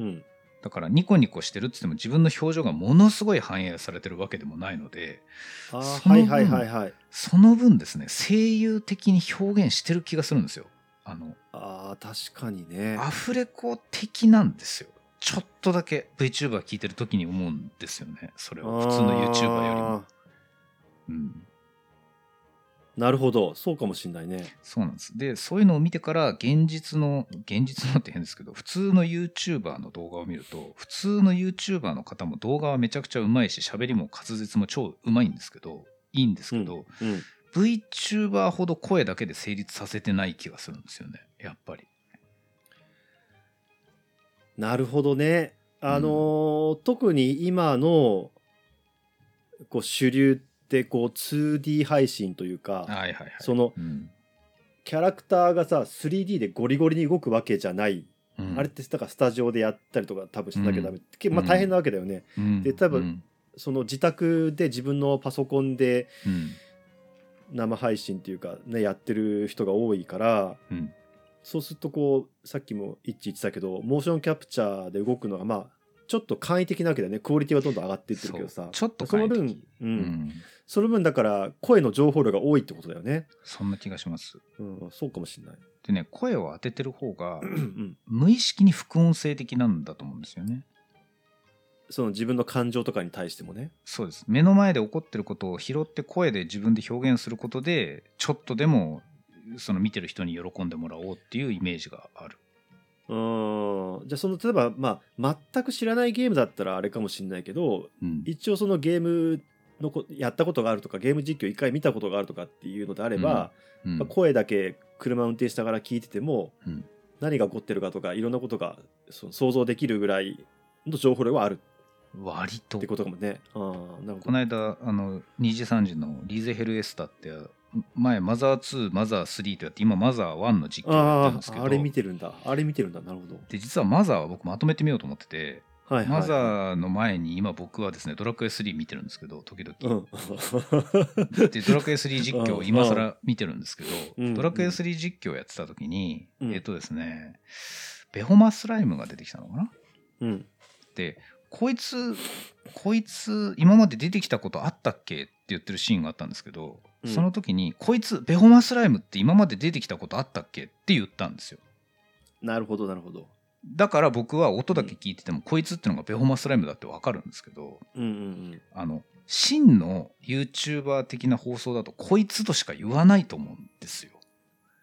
Speaker 1: うん。
Speaker 2: だからニコニコしてるって言っても自分の表情がものすごい反映されてるわけでもないので
Speaker 1: あ
Speaker 2: そ
Speaker 1: ー
Speaker 2: の
Speaker 1: は
Speaker 2: 分
Speaker 1: いはいはいはい。
Speaker 2: その分ですね声優的に表現してる気がするんですよあの
Speaker 1: ああ確かにね。
Speaker 2: アフレコ的なんですよちょっとだけ VTuber 聞いてる時に思うんですよねそれは普通の YouTuber よりも、
Speaker 1: あ
Speaker 2: うん、
Speaker 1: ーなるほどそうかもしんないね。
Speaker 2: そうなんです。で、そういうのを見てから、現実の、現実のって変ですけど、普通の YouTuber の動画を見ると、普通の YouTuber の方も動画はめちゃくちゃうまいし、喋りも滑舌も超うまいんですけど、いいんですけど、
Speaker 1: うん。
Speaker 2: VTuber ほど声だけで成立させてない気がするんですよね、やっぱり。
Speaker 1: なるほどね。あのー特に今のこう主流ってこう 2D 配信というか、
Speaker 2: はいはいはい。
Speaker 1: その
Speaker 2: うん
Speaker 1: キャラクターがさ 3D でゴリゴリに動くわけじゃない、
Speaker 2: うん
Speaker 1: あれってだからスタジオでやったりとか多分しなきゃダメ、けまあ、
Speaker 2: うん
Speaker 1: 大変なわけだよね、
Speaker 2: うん
Speaker 1: で多分
Speaker 2: うん
Speaker 1: その自宅で自分のパソコンで
Speaker 2: うん
Speaker 1: 生配信っていうか、ね、やってる人が多いから
Speaker 2: うん
Speaker 1: そうするとこうさっきも一致言ってたけどモーションキャプチャーで動くのがまあちょっと簡易的なわけだよねクオリティはどんどん上がっていってるけど
Speaker 2: そ
Speaker 1: さ
Speaker 2: うちょっと
Speaker 1: その
Speaker 2: 変えて
Speaker 1: 分、うん
Speaker 2: うん
Speaker 1: その分だから声の情報量が多いってことだよね、
Speaker 2: そんな気がします
Speaker 1: うん、そうかもしれない、
Speaker 2: でね声を当ててる方が
Speaker 1: うん、
Speaker 2: 無意識に副音声的なんだと思うんですよね
Speaker 1: その自分の感情とかに対してもね
Speaker 2: そうです目の前で起こってることを拾って声で自分で表現することでちょっとでもその見てる人に喜んでもらおうっていうイメージがある
Speaker 1: うんじゃあその例えば、まあ、全く知らないゲームだったらあれかもしれないけど
Speaker 2: うん
Speaker 1: 一応そのゲームのこやったことがあるとかゲーム実況一回見たことがあるとかっていうのであれば、
Speaker 2: うん
Speaker 1: まあ声だけ車運転しながら聞いてても、
Speaker 2: うん
Speaker 1: 何が起こってるかとかいろんなことがその想像できるぐらいの情報量はある
Speaker 2: 割と
Speaker 1: ってことかもね。あーなん
Speaker 2: こ
Speaker 1: か
Speaker 2: の間あの2時3時のリーゼヘルエスタって前マザー2マザー3とやって今マザー1の実況をやってるん
Speaker 1: あ
Speaker 2: ですけ
Speaker 1: ー
Speaker 2: ど
Speaker 1: あれ見てるんだあれ見てるんだなるほど。
Speaker 2: で実はマザーは僕まとめてみようと思ってて、
Speaker 1: はいはい、
Speaker 2: マザーの前に今僕はですねドラクエ3見てるんですけど時々、
Speaker 1: うん、
Speaker 2: でドラクエ3実況を今更見てるんですけど、
Speaker 1: うん
Speaker 2: ドラクエ3実況やってた時に、
Speaker 1: うん
Speaker 2: えっとですねベホマスライムが出てきたのかな
Speaker 1: うん
Speaker 2: でこいつこいつ今まで出てきたことあったっけって言ってるシーンがあったんですけど、
Speaker 1: うん
Speaker 2: その時にこいつベホマスライムって今まで出てきたことあったっけって言ったんですよ
Speaker 1: なるほどなるほど。
Speaker 2: だから僕は音だけ聞いてても、こいつってのがベホマスライムだってわかるんですけど
Speaker 1: うんうん
Speaker 2: あの真の YouTuber 的な放送だとこいつとしか言わないと思うんですよ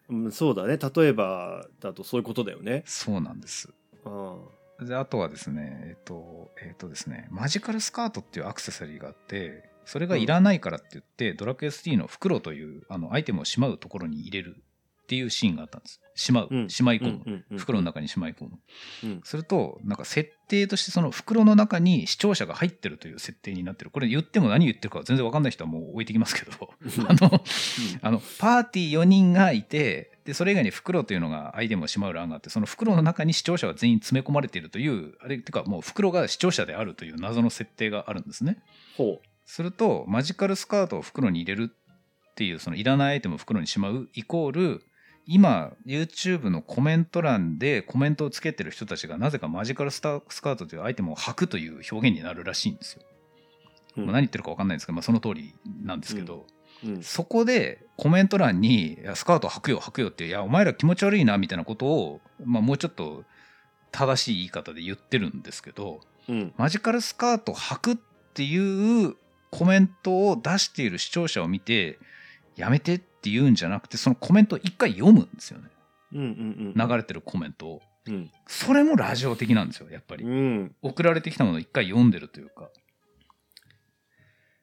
Speaker 1: うんうん、そうだね例えばだとそういうことだよね。
Speaker 2: そうなんです
Speaker 1: あ
Speaker 2: であとはですねえっとえっとですねマジカルスカートっていうアクセサリーがあってそれがいらないからって言って、ドラクエ3の袋というあのアイテムをしまうところに入れるっていうシーンがあったんですしまう、
Speaker 1: うん
Speaker 2: しまい
Speaker 1: ーう
Speaker 2: 込む、
Speaker 1: んうんうん
Speaker 2: 袋の中にしまい込む、
Speaker 1: うん
Speaker 2: するとなんか設定としてその袋の中に視聴者が入ってるという設定になってるこれ言っても何言ってるか全然わかんない人はもう置いてきますけ どあのあのパーティー4人がいてでそれ以外に袋というのがアイデムをしまう欄があってその袋の中に視聴者は全員詰め込まれているというあれっていうかもう袋が視聴者であるという謎の設定があるんですね
Speaker 1: ほ
Speaker 2: するとマジカルスカートを袋に入れるっていうそのいらないアイテムを袋にしまうイコール今 YouTube のコメント欄でコメントをつけてる人たちがなぜかマジカルスタスカートというアイテムを履くという表現になるらしいんですよ、
Speaker 1: う。うん
Speaker 2: まあ何言ってるか分かんないんですけど、まあ、その通りなんですけど、
Speaker 1: うん
Speaker 2: そこでコメント欄にいや「スカート履くよ履くよ」って「いやお前ら気持ち悪いな」みたいなことを、まあ、もうちょっと正しい言い方で言ってるんですけど
Speaker 1: うん
Speaker 2: マジカルスカート履くっていうコメントを出している視聴者を見て「やめて」って言うんじゃなくてそのコメントを一回読むんですよね
Speaker 1: うんうんうん
Speaker 2: 流れてるコメントを。
Speaker 1: うん
Speaker 2: それもラジオ的なんですよやっぱり
Speaker 1: うん
Speaker 2: 送られてきたものを一回読んでるというか。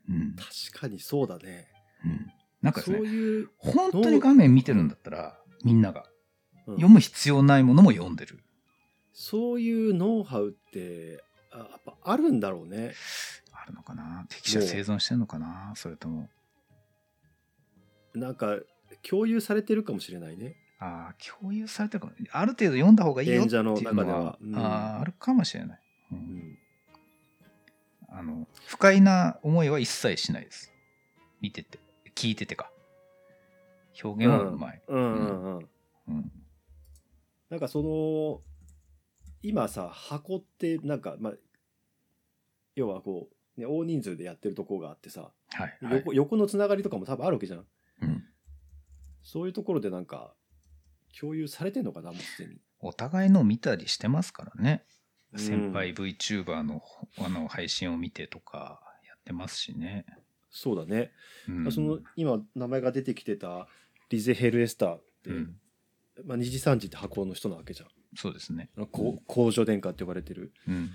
Speaker 2: うん
Speaker 1: 確かにそうだね。
Speaker 2: うん、なんかです
Speaker 1: そう
Speaker 2: ね
Speaker 1: いう、
Speaker 2: 本当に画面見てるんだったらみんなが
Speaker 1: うん
Speaker 2: 読む必要ないものも読んでる
Speaker 1: そういうノウハウってあやっぱあるんだろうね。
Speaker 2: あるのかな適者生存してるのかなそれとも
Speaker 1: なんか共有されてるかもしれないね。
Speaker 2: ああ共有されてるかもある程度読んだ方がいいよっ
Speaker 1: 演
Speaker 2: てい
Speaker 1: 者
Speaker 2: うの
Speaker 1: の中で
Speaker 2: は
Speaker 1: はうん
Speaker 2: あーあるかもしれない、うん
Speaker 1: うん、
Speaker 2: あの不快な思いは一切しないです見てて聞いててか表現はうまい、
Speaker 1: うんうんうん。
Speaker 2: うん
Speaker 1: なんかその今さ箱ってなんかまあ要はこう、ね、大人数でやってるとこがあってさ、
Speaker 2: はい、はい
Speaker 1: 横横のつながりとかも多分あるわけじゃん。
Speaker 2: うん、
Speaker 1: そういうところでなんか共有されてんのかなもうすでに。
Speaker 2: お互いの見たりしてますからね先輩
Speaker 1: うん
Speaker 2: VTuber のあの配信を見てとかやってますしね。
Speaker 1: そうだね。
Speaker 2: うん
Speaker 1: その今名前が出てきてたリゼ・ヘルエスターって、
Speaker 2: うん
Speaker 1: まあ、二次三次って箱の人なわけじゃん。
Speaker 2: そうですね。
Speaker 1: あのこう工場殿下って呼ばれてる。
Speaker 2: うん、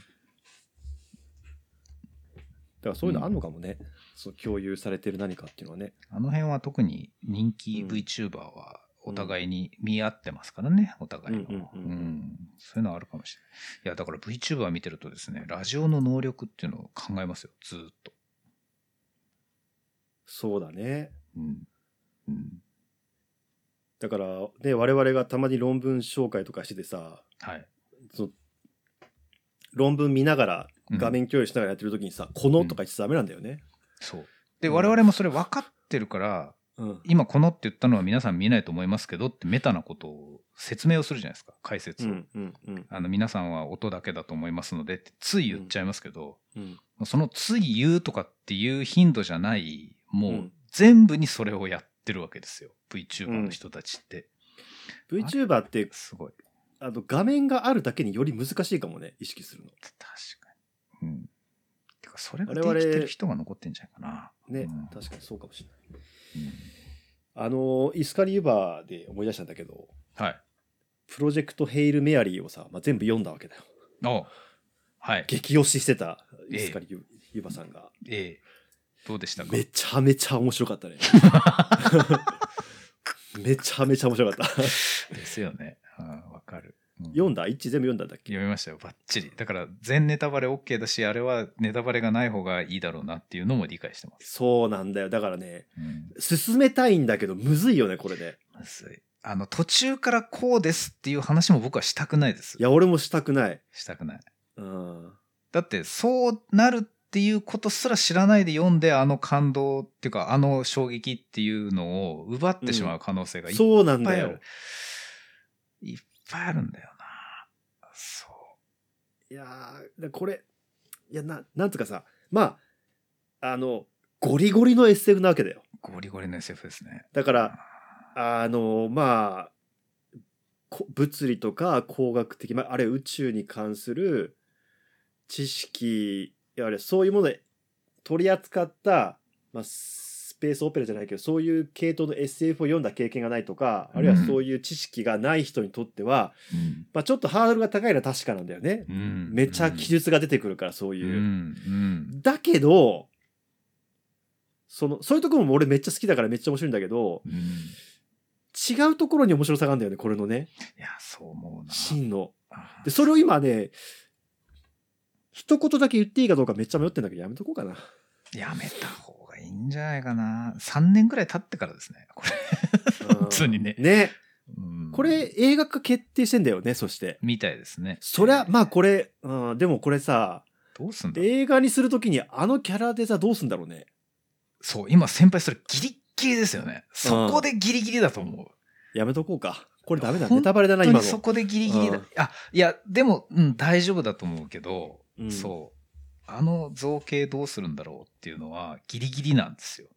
Speaker 1: だからそういうのあんのかもね。そう共有されてる何かっていうのはね。
Speaker 2: あの辺は特に人気
Speaker 1: うん
Speaker 2: VTuber は
Speaker 1: うん
Speaker 2: お互いに見合ってますからね、お互いの、
Speaker 1: うんうんうんうん
Speaker 2: そういうのはあるかもしれない。いや、だから VTuber 見てるとですね、ラジオの能力っていうのを考えますよ、ずーっと。
Speaker 1: そうだね。
Speaker 2: うんうん
Speaker 1: だから、ね、我々がたまに論文紹介とかしててさ、
Speaker 2: はい。
Speaker 1: その論文見ながら、
Speaker 2: うん
Speaker 1: 画面共有しながらやってる時にさ、このとか言っちゃダメなんだよね。
Speaker 2: そう。で、
Speaker 1: うん
Speaker 2: 我々もそれ分かってるから、
Speaker 1: うん。
Speaker 2: 今このって言ったのは皆さん見ないと思いますけどってメタなことを説明をするじゃないですか、解
Speaker 1: う
Speaker 2: 説を。
Speaker 1: ん。うん。うん。
Speaker 2: あの皆さんは音だけだと思いますのでってつい言っちゃいますけど、
Speaker 1: うん。
Speaker 2: そのつい言うとかっていう頻度じゃない、も
Speaker 1: う
Speaker 2: うん全部にそれをやってるわけですよ。VTuber の人たちって。
Speaker 1: VTuber って、
Speaker 2: すごい。
Speaker 1: あの、画面があるだけにより難しいかもね、意識するの。
Speaker 2: 確かに。うん。てか、それができてる人が残ってんじゃないかな。
Speaker 1: ね、
Speaker 2: うん
Speaker 1: 確かにそうかもしれない。
Speaker 2: うん
Speaker 1: あの、イスカリューバーで思い出したんだけど、
Speaker 2: はい。
Speaker 1: プロジェクトヘイル・メアリーをさ、まあ、全部読んだわけだよ。
Speaker 2: おはい。
Speaker 1: 激推ししてた、
Speaker 2: え
Speaker 1: イ
Speaker 2: え
Speaker 1: スカリューバーさんが。
Speaker 2: ええ。どうでしたか
Speaker 1: めちゃめちゃ面白かった ね。めちゃめちゃ面白かった。
Speaker 2: ですよね。うんわかる。うん
Speaker 1: 読んだ一致全部読んだんだっけ
Speaker 2: 読みましたよ、ばっちり。だから、全ネタバレ OK だし、あれはネタバレがない方がいいだろうなっていうのも理解してます。
Speaker 1: そうなんだよ。だからね、
Speaker 2: うん
Speaker 1: 進めたいんだけど、むずいよね、これね。
Speaker 2: むずい。あの、途中からこうですっていう話も僕はしたくないです
Speaker 1: い。や、俺もしたくない。
Speaker 2: したくない。
Speaker 1: うん。
Speaker 2: だって、そうなるっていうことすら知らないで読んで、あの感動っていうか、あの衝撃っていうのを奪ってしまう可能性がいっ
Speaker 1: そうなん
Speaker 2: ぱ
Speaker 1: だ
Speaker 2: いある。
Speaker 1: よ。
Speaker 2: いっぱいあるんだよな。そ
Speaker 1: いやーだこれ、いや、な、なんつうかさ、まあ、あの、ゴリゴリの SF なわけだよ。
Speaker 2: う。ゴリゴリの SF ですね。
Speaker 1: だから、あの、まあ、こ物理とか工学的、まあ、あれ宇宙に関する知識、いわゆるそういうもので取り扱った、まあ、スペースオペラじゃないけど、そういう系統の SF を読んだ経験がないとか、あるいは
Speaker 2: うん
Speaker 1: そういう知識がない人にとっては、
Speaker 2: うん
Speaker 1: まあ、ちょっとハードルが高いのは確かなんだよね。
Speaker 2: うん
Speaker 1: めちゃ記述が出てくるから、そう
Speaker 2: うんう
Speaker 1: いう。
Speaker 2: ん
Speaker 1: だけど、その、そういうところも俺めっちゃ好きだからめっちゃ面白いんだけど、
Speaker 2: うん
Speaker 1: 違うところに面白さがあるんだよね、これのね、
Speaker 2: いや、そう思うな。
Speaker 1: 真の。
Speaker 2: あ
Speaker 1: で、それを今ね、一言だけ言っていいかどうかめっちゃ迷ってんだけど、やめとこうか な。
Speaker 2: やめた方がいいんじゃないかな。3年ぐらい経ってからですね、これ。
Speaker 1: 普
Speaker 2: 通にね
Speaker 1: ね。
Speaker 2: うん
Speaker 1: これ、映画化決定してんだよね、そして。
Speaker 2: みたいですね。
Speaker 1: そりゃ、まあ
Speaker 2: れ。
Speaker 1: これ、うん、でもこれさ、
Speaker 2: どうすんだろう
Speaker 1: 映画にするときにあのキャラでさ、どうすんだろうね。
Speaker 2: そう、今先輩それギリッギリですよね。そこでギリギリだと思う。
Speaker 1: やめとこうか。これダメだ、
Speaker 2: 本当に
Speaker 1: ネタバレだな、
Speaker 2: 本
Speaker 1: 今
Speaker 2: 当にそ
Speaker 1: の。
Speaker 2: こでギリギリだ。
Speaker 1: うん
Speaker 2: あ、いや、でも、うん、大丈夫だと思うけど、
Speaker 1: うん
Speaker 2: そう。あの造形どうするんだろうっていうのはギリギリなんですよ。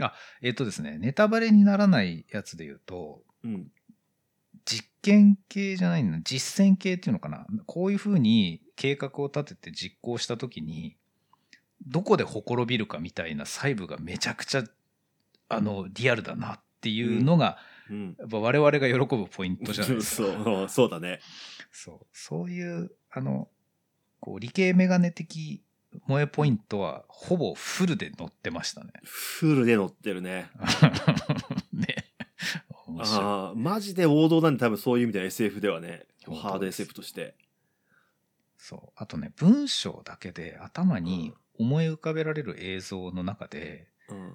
Speaker 2: あ、えっ、とですね、ネタバレにならないやつで言うと、
Speaker 1: うん。
Speaker 2: 実験系じゃないな実践系っていうのかなこういうふうに計画を立てて実行した時にどこでほころびるかみたいな細部がめちゃくちゃあのリアルだなっていうのが、
Speaker 1: うん。
Speaker 2: やっぱ我々が喜ぶポイントじゃないですか。
Speaker 1: そう、そうだね。
Speaker 2: そうそういうあのこう理系メガネ的萌えポイントはほぼフルで乗ってましたね。
Speaker 1: フルで乗ってるね。
Speaker 2: ね面白い
Speaker 1: ああ、マジで王道なんで多分そういう意味では SF ではね
Speaker 2: 王道で、す
Speaker 1: ハード SF として。
Speaker 2: そう。あとね、文章だけで頭に思い浮かべられる映像の中で、
Speaker 1: うん。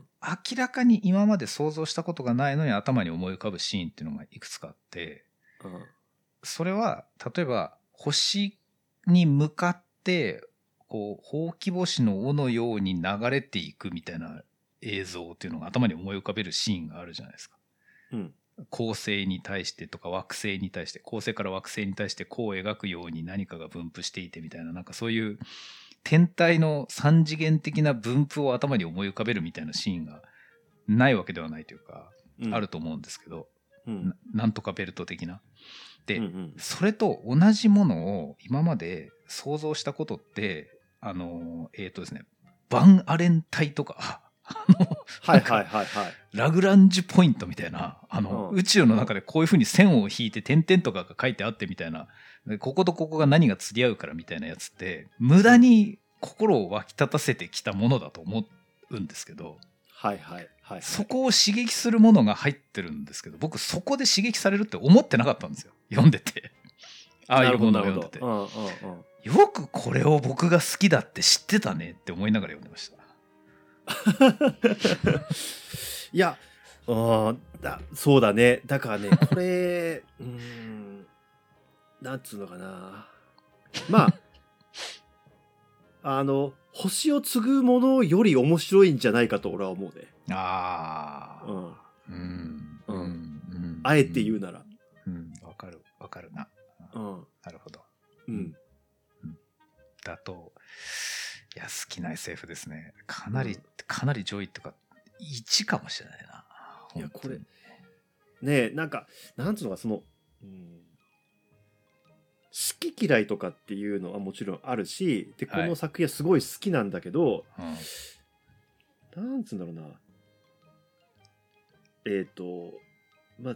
Speaker 2: 明らかに今まで想像したことがないのに頭に思い浮かぶシーンっていうのがいくつかあって、
Speaker 1: うん
Speaker 2: それは、例えば、星に向かって、こう、ほうき星の尾のように流れていくみたいな映像っていうのが頭に思い浮かべるシーンがあるじゃないですか。
Speaker 1: うん。
Speaker 2: 恒星に対してとか惑星に対して恒星から惑星に対してこう描くように何かが分布していてみたいななんかそういう天体の三次元的な分布を頭に思い浮かべるみたいなシーンがないわけではないというか、
Speaker 1: うん
Speaker 2: ある。と思うんですけど
Speaker 1: うん
Speaker 2: な。なんとかベルト的な。で、
Speaker 1: うんうん
Speaker 2: それと同じものを今まで想像したことってあのえっ、とですねバンアレン体とかあの
Speaker 1: はいはいはいはい。
Speaker 2: ラグランジュポイントみたいな、あの、
Speaker 1: うん
Speaker 2: 宇宙の中でこういう風に線を引いて点々とかが書いてあってみたいな、でこことここが何が釣り合うからみたいなやつって、無駄に心を湧き立たせてきたものだと思うんですけど、
Speaker 1: はいはいはい。
Speaker 2: そこを刺激するものが入ってるんですけど、僕そこで刺激されるって思ってなかったんですよ。読んでて。ああ
Speaker 1: な
Speaker 2: いう
Speaker 1: るほ
Speaker 2: も
Speaker 1: ど
Speaker 2: の
Speaker 1: な
Speaker 2: を
Speaker 1: る
Speaker 2: 読
Speaker 1: ほど
Speaker 2: んでて。。
Speaker 1: うんうんうん。
Speaker 2: よくこれを僕が好きだって知ってたねって思いながら読んでました。
Speaker 1: いや、あーだそうだねだから ねこれうーんなんつうのかなま ああの星を継ぐものより面白いんじゃないかと俺は思うね、
Speaker 2: あ
Speaker 1: う
Speaker 2: あ。
Speaker 1: ん、
Speaker 2: うん。
Speaker 1: うん
Speaker 2: ん
Speaker 1: あえて言うなら
Speaker 2: うん。わかる。わかるな。
Speaker 1: うん
Speaker 2: なるほど。
Speaker 1: うん
Speaker 2: だと、いや、好きな SF ですね。かなり、かなり上位っていうか、1かもしれないな。
Speaker 1: いや
Speaker 2: 本当に
Speaker 1: こねえなんかなんつうのかその、うん好き嫌いとかっていうのはもちろんあるしでこ
Speaker 2: は
Speaker 1: の
Speaker 2: い
Speaker 1: 作品はすごい好きなんだけど、
Speaker 2: うん
Speaker 1: なんつうんだろうな。えっ、と、まあ、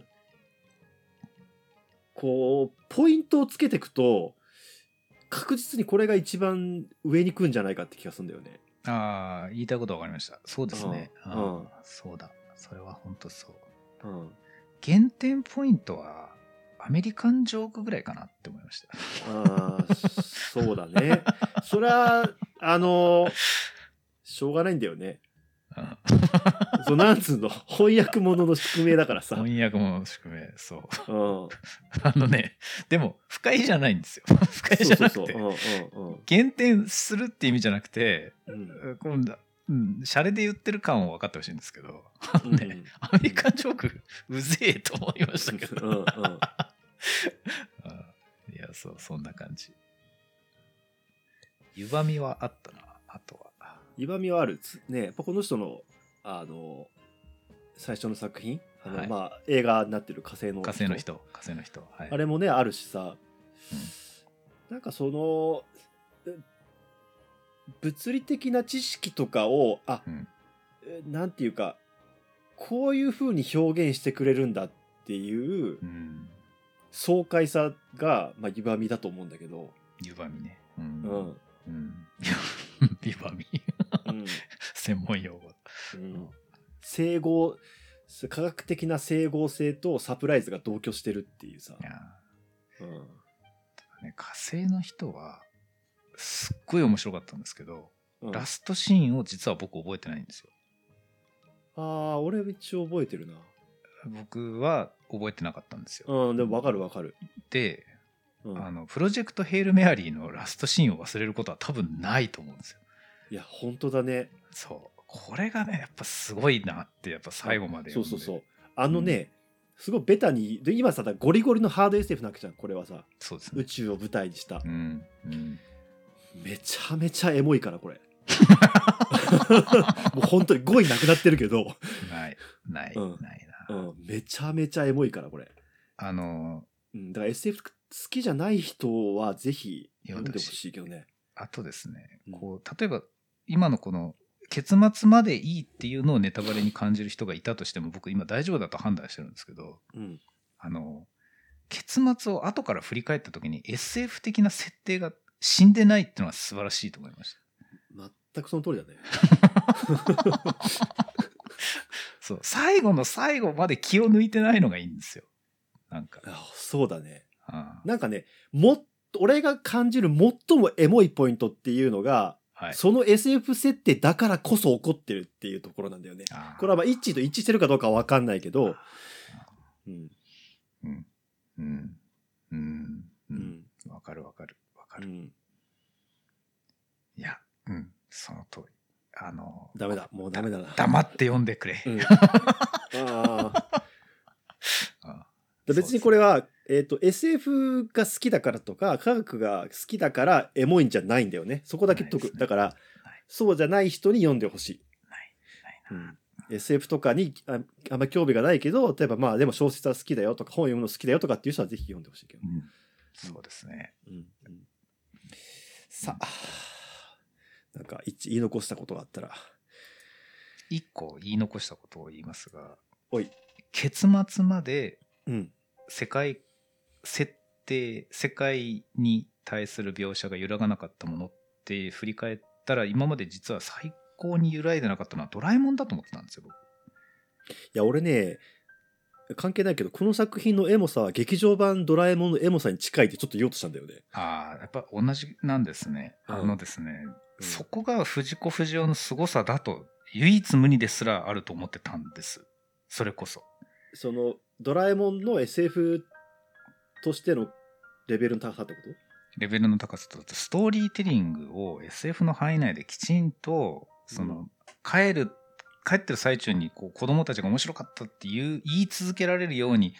Speaker 1: こう、ポイントをつけていくと、確実にこれが一番上に来るんじゃないかって気がするんだよね。
Speaker 2: ああ、言いたいことわかりました。そうですね。
Speaker 1: うん
Speaker 2: あ
Speaker 1: うん
Speaker 2: ーそうだ。それは本当そう。
Speaker 1: うん。
Speaker 2: 減点ポイントは、アメリカンジョークぐらいかなって思いました。
Speaker 1: ああ、そうだね。そりゃ、あのしょうがないんだよね。
Speaker 2: うん
Speaker 1: そう、なんつうの、 翻訳者の宿命だからさ。
Speaker 2: 翻訳も宿命、そう。
Speaker 1: うん。
Speaker 2: あのね、でも、不快じゃない んですよ。不快じゃなくて。
Speaker 1: そうそうそう。
Speaker 2: 減点するって意味じゃなくて、
Speaker 1: うんうんうん。
Speaker 2: こんな、うん、シャレで言ってる感を分かってほしいんですけど、
Speaker 1: うん
Speaker 2: ねアメリカンジョーク、 うぜえと思いましたけど。
Speaker 1: うんうん。
Speaker 2: うんいや、そう、そんな感じ。ゆばみはあったな、あとは。
Speaker 1: 歪みはあるつねやっぱこの人のあの最初の作品あの、
Speaker 2: はい
Speaker 1: まあ、映画になってる火星の
Speaker 2: 火星の人、火星の人。はい、
Speaker 1: あれもねあるしさ、なんかそのえ物理的な知識とかをあ、
Speaker 2: うん
Speaker 1: えなんていうかこういう風に表現してくれるんだっていう
Speaker 2: うん、
Speaker 1: 爽快さが、まあ、歪みだと思うんだけど、
Speaker 2: ゆばみね。う。
Speaker 1: うん ん
Speaker 2: うん。 ゆばみ。
Speaker 1: うん
Speaker 2: 専門用語。
Speaker 1: うん整合科学的な整合性とサプライズが同居してるっていうさ
Speaker 2: い、や
Speaker 1: うん
Speaker 2: ーね、火星の人は、すっごい面白かったんですけど、
Speaker 1: うん
Speaker 2: ラストシーンを実は僕覚えてないんですよ。
Speaker 1: ああ俺一応覚えてるな
Speaker 2: 僕は覚えてなかったんですよ。
Speaker 1: うんでも分かる分かる、
Speaker 2: で、
Speaker 1: うん、
Speaker 2: あの、プロジェクトヘイルメアリーのラストシーンを忘れることは多分ないと思うんですよ。
Speaker 1: いや本当だね
Speaker 2: そう。これがね、やっぱすごいなって、やっぱ最後まで
Speaker 1: そ
Speaker 2: 読
Speaker 1: うん
Speaker 2: で。
Speaker 1: そうそうあのね、すごいベタにで今さだゴリゴリのハード SF なわけじゃんこれはさ
Speaker 2: そうです
Speaker 1: 宇
Speaker 2: ね。
Speaker 1: 宙を舞台にした、
Speaker 2: うん。うん。
Speaker 1: めちゃめちゃエモいからこれ もう本当に語彙なくなってるけど、
Speaker 2: ない、ない、
Speaker 1: うん
Speaker 2: ないな。
Speaker 1: うん、めちゃめちゃエモいからこれ
Speaker 2: あの、
Speaker 1: うん、だから SF 好きじゃない人はぜひ読んでほしいけどね。
Speaker 2: あとですね
Speaker 1: うん、
Speaker 2: こう、例えば、今のこの、結末までいいっていうのをネタバレに感じる人がいたとしても、僕今大丈夫だと判断してるんですけど、
Speaker 1: うん、
Speaker 2: あの、結末を後から振り返った時に SF 的な設定が死んでないっていうのは素晴らしいと思いました。
Speaker 1: 全くその通りだ ね。
Speaker 2: そう、最後の最後まで気を抜いてないのがいいんですよ。なんか。
Speaker 1: あそうだね。
Speaker 2: あ
Speaker 1: なんかね、もっ俺が感じる最もエモいポイントっていうのが、
Speaker 2: あはい。
Speaker 1: その SF 設定だからこそ起こってるっていうところなんだよね。
Speaker 2: ああ
Speaker 1: これはまあ一致と一致してるかどうかは分かんないけど、うん、
Speaker 2: うん。うん。うん。う。
Speaker 1: うんん、
Speaker 2: わかるわかる。わか
Speaker 1: う
Speaker 2: る。
Speaker 1: ん、
Speaker 2: いや、うん。その通り。あの、
Speaker 1: ダメだ、もうダメだな。
Speaker 2: 黙って読んでくれ。
Speaker 1: うん、ああ。
Speaker 2: あ
Speaker 1: で別にこれは、えー、と SF が好きだからとか科学が好きだからエモいんじゃないんだよねそこだけ
Speaker 2: ない
Speaker 1: 得、
Speaker 2: ですね
Speaker 1: だから
Speaker 2: ない
Speaker 1: そうじゃない人に読んでほしい
Speaker 2: ないない
Speaker 1: うん SF とかにああんまり興味がないけど例えばまあでも小説は好きだよとか本読むの好きだよとかっていう人はぜひ読んでほしいけど、
Speaker 2: うん。そうですね。
Speaker 1: うんうんさあなんか一言い残したことがあったら
Speaker 2: 一個言い残したことを言いますが、
Speaker 1: おい
Speaker 2: 結末まで
Speaker 1: うん
Speaker 2: 世界設定世界に対する描写が揺らがなかったものって振り返ったら今まで実は最高に揺らいでなかったのはドラえもんだと思ってたんですよ僕
Speaker 1: いや俺ね関係ないけどこの作品のエモさは劇場版「ドラえもん」のエモさに近いってちょっと言おうとしたんだよね
Speaker 2: ああやっぱ同じなんですね、
Speaker 1: うん
Speaker 2: あのですね、
Speaker 1: うん
Speaker 2: そこが藤子不二雄の凄さだと唯一無二ですらあると思ってたんですそれこそ。
Speaker 1: そのドラえもんの SF としてのレベルの高さってこと
Speaker 2: レベルの高さと、ストーリーテリングを SF の範囲内できちんと、その、帰る、帰ってる最中にこう子供たちが面白かったっていう、言い続けられるように、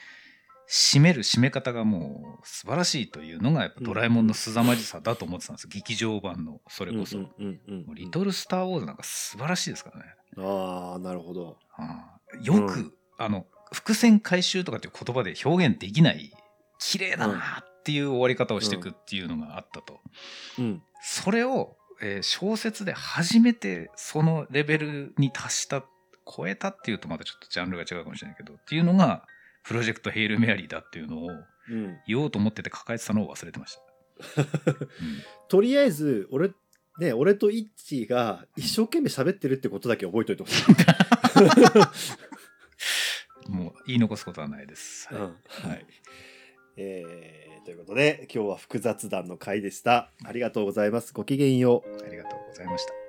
Speaker 2: 締める締め方がもう素晴らしいというのが、やっぱドラえもんの凄まじさだと思ってたんです。劇場版の、それこそ。
Speaker 1: うんうんうん
Speaker 2: も
Speaker 1: う
Speaker 2: うんリトル・スター・ウォーズなんか素晴らしいですからね。
Speaker 1: ああなるほど
Speaker 2: ああよく、
Speaker 1: うん
Speaker 2: あの伏線回収とかっていう言葉で表現できない綺麗だなっていう終わり方をしていくっていうのがあったと、
Speaker 1: うん
Speaker 2: それを、えー小説で初めてそのレベルに達した超えたっていうとまたちょっとジャンルが違うかもしれないけどっていうのがプロジェクト「ヘイル・メアリー」だっていうのを
Speaker 1: うん
Speaker 2: 言おうと思ってて抱えてたのを忘れてました、うん
Speaker 1: とりあえず俺ね俺とイッチが一生懸命喋ってるってことだけ覚えといてほしい、
Speaker 2: もう言い残すことはないです、
Speaker 1: うん
Speaker 2: は
Speaker 1: はいえーということで今日は複雑談の回でしたありがとうございますごきげんよう
Speaker 2: いありがとうございました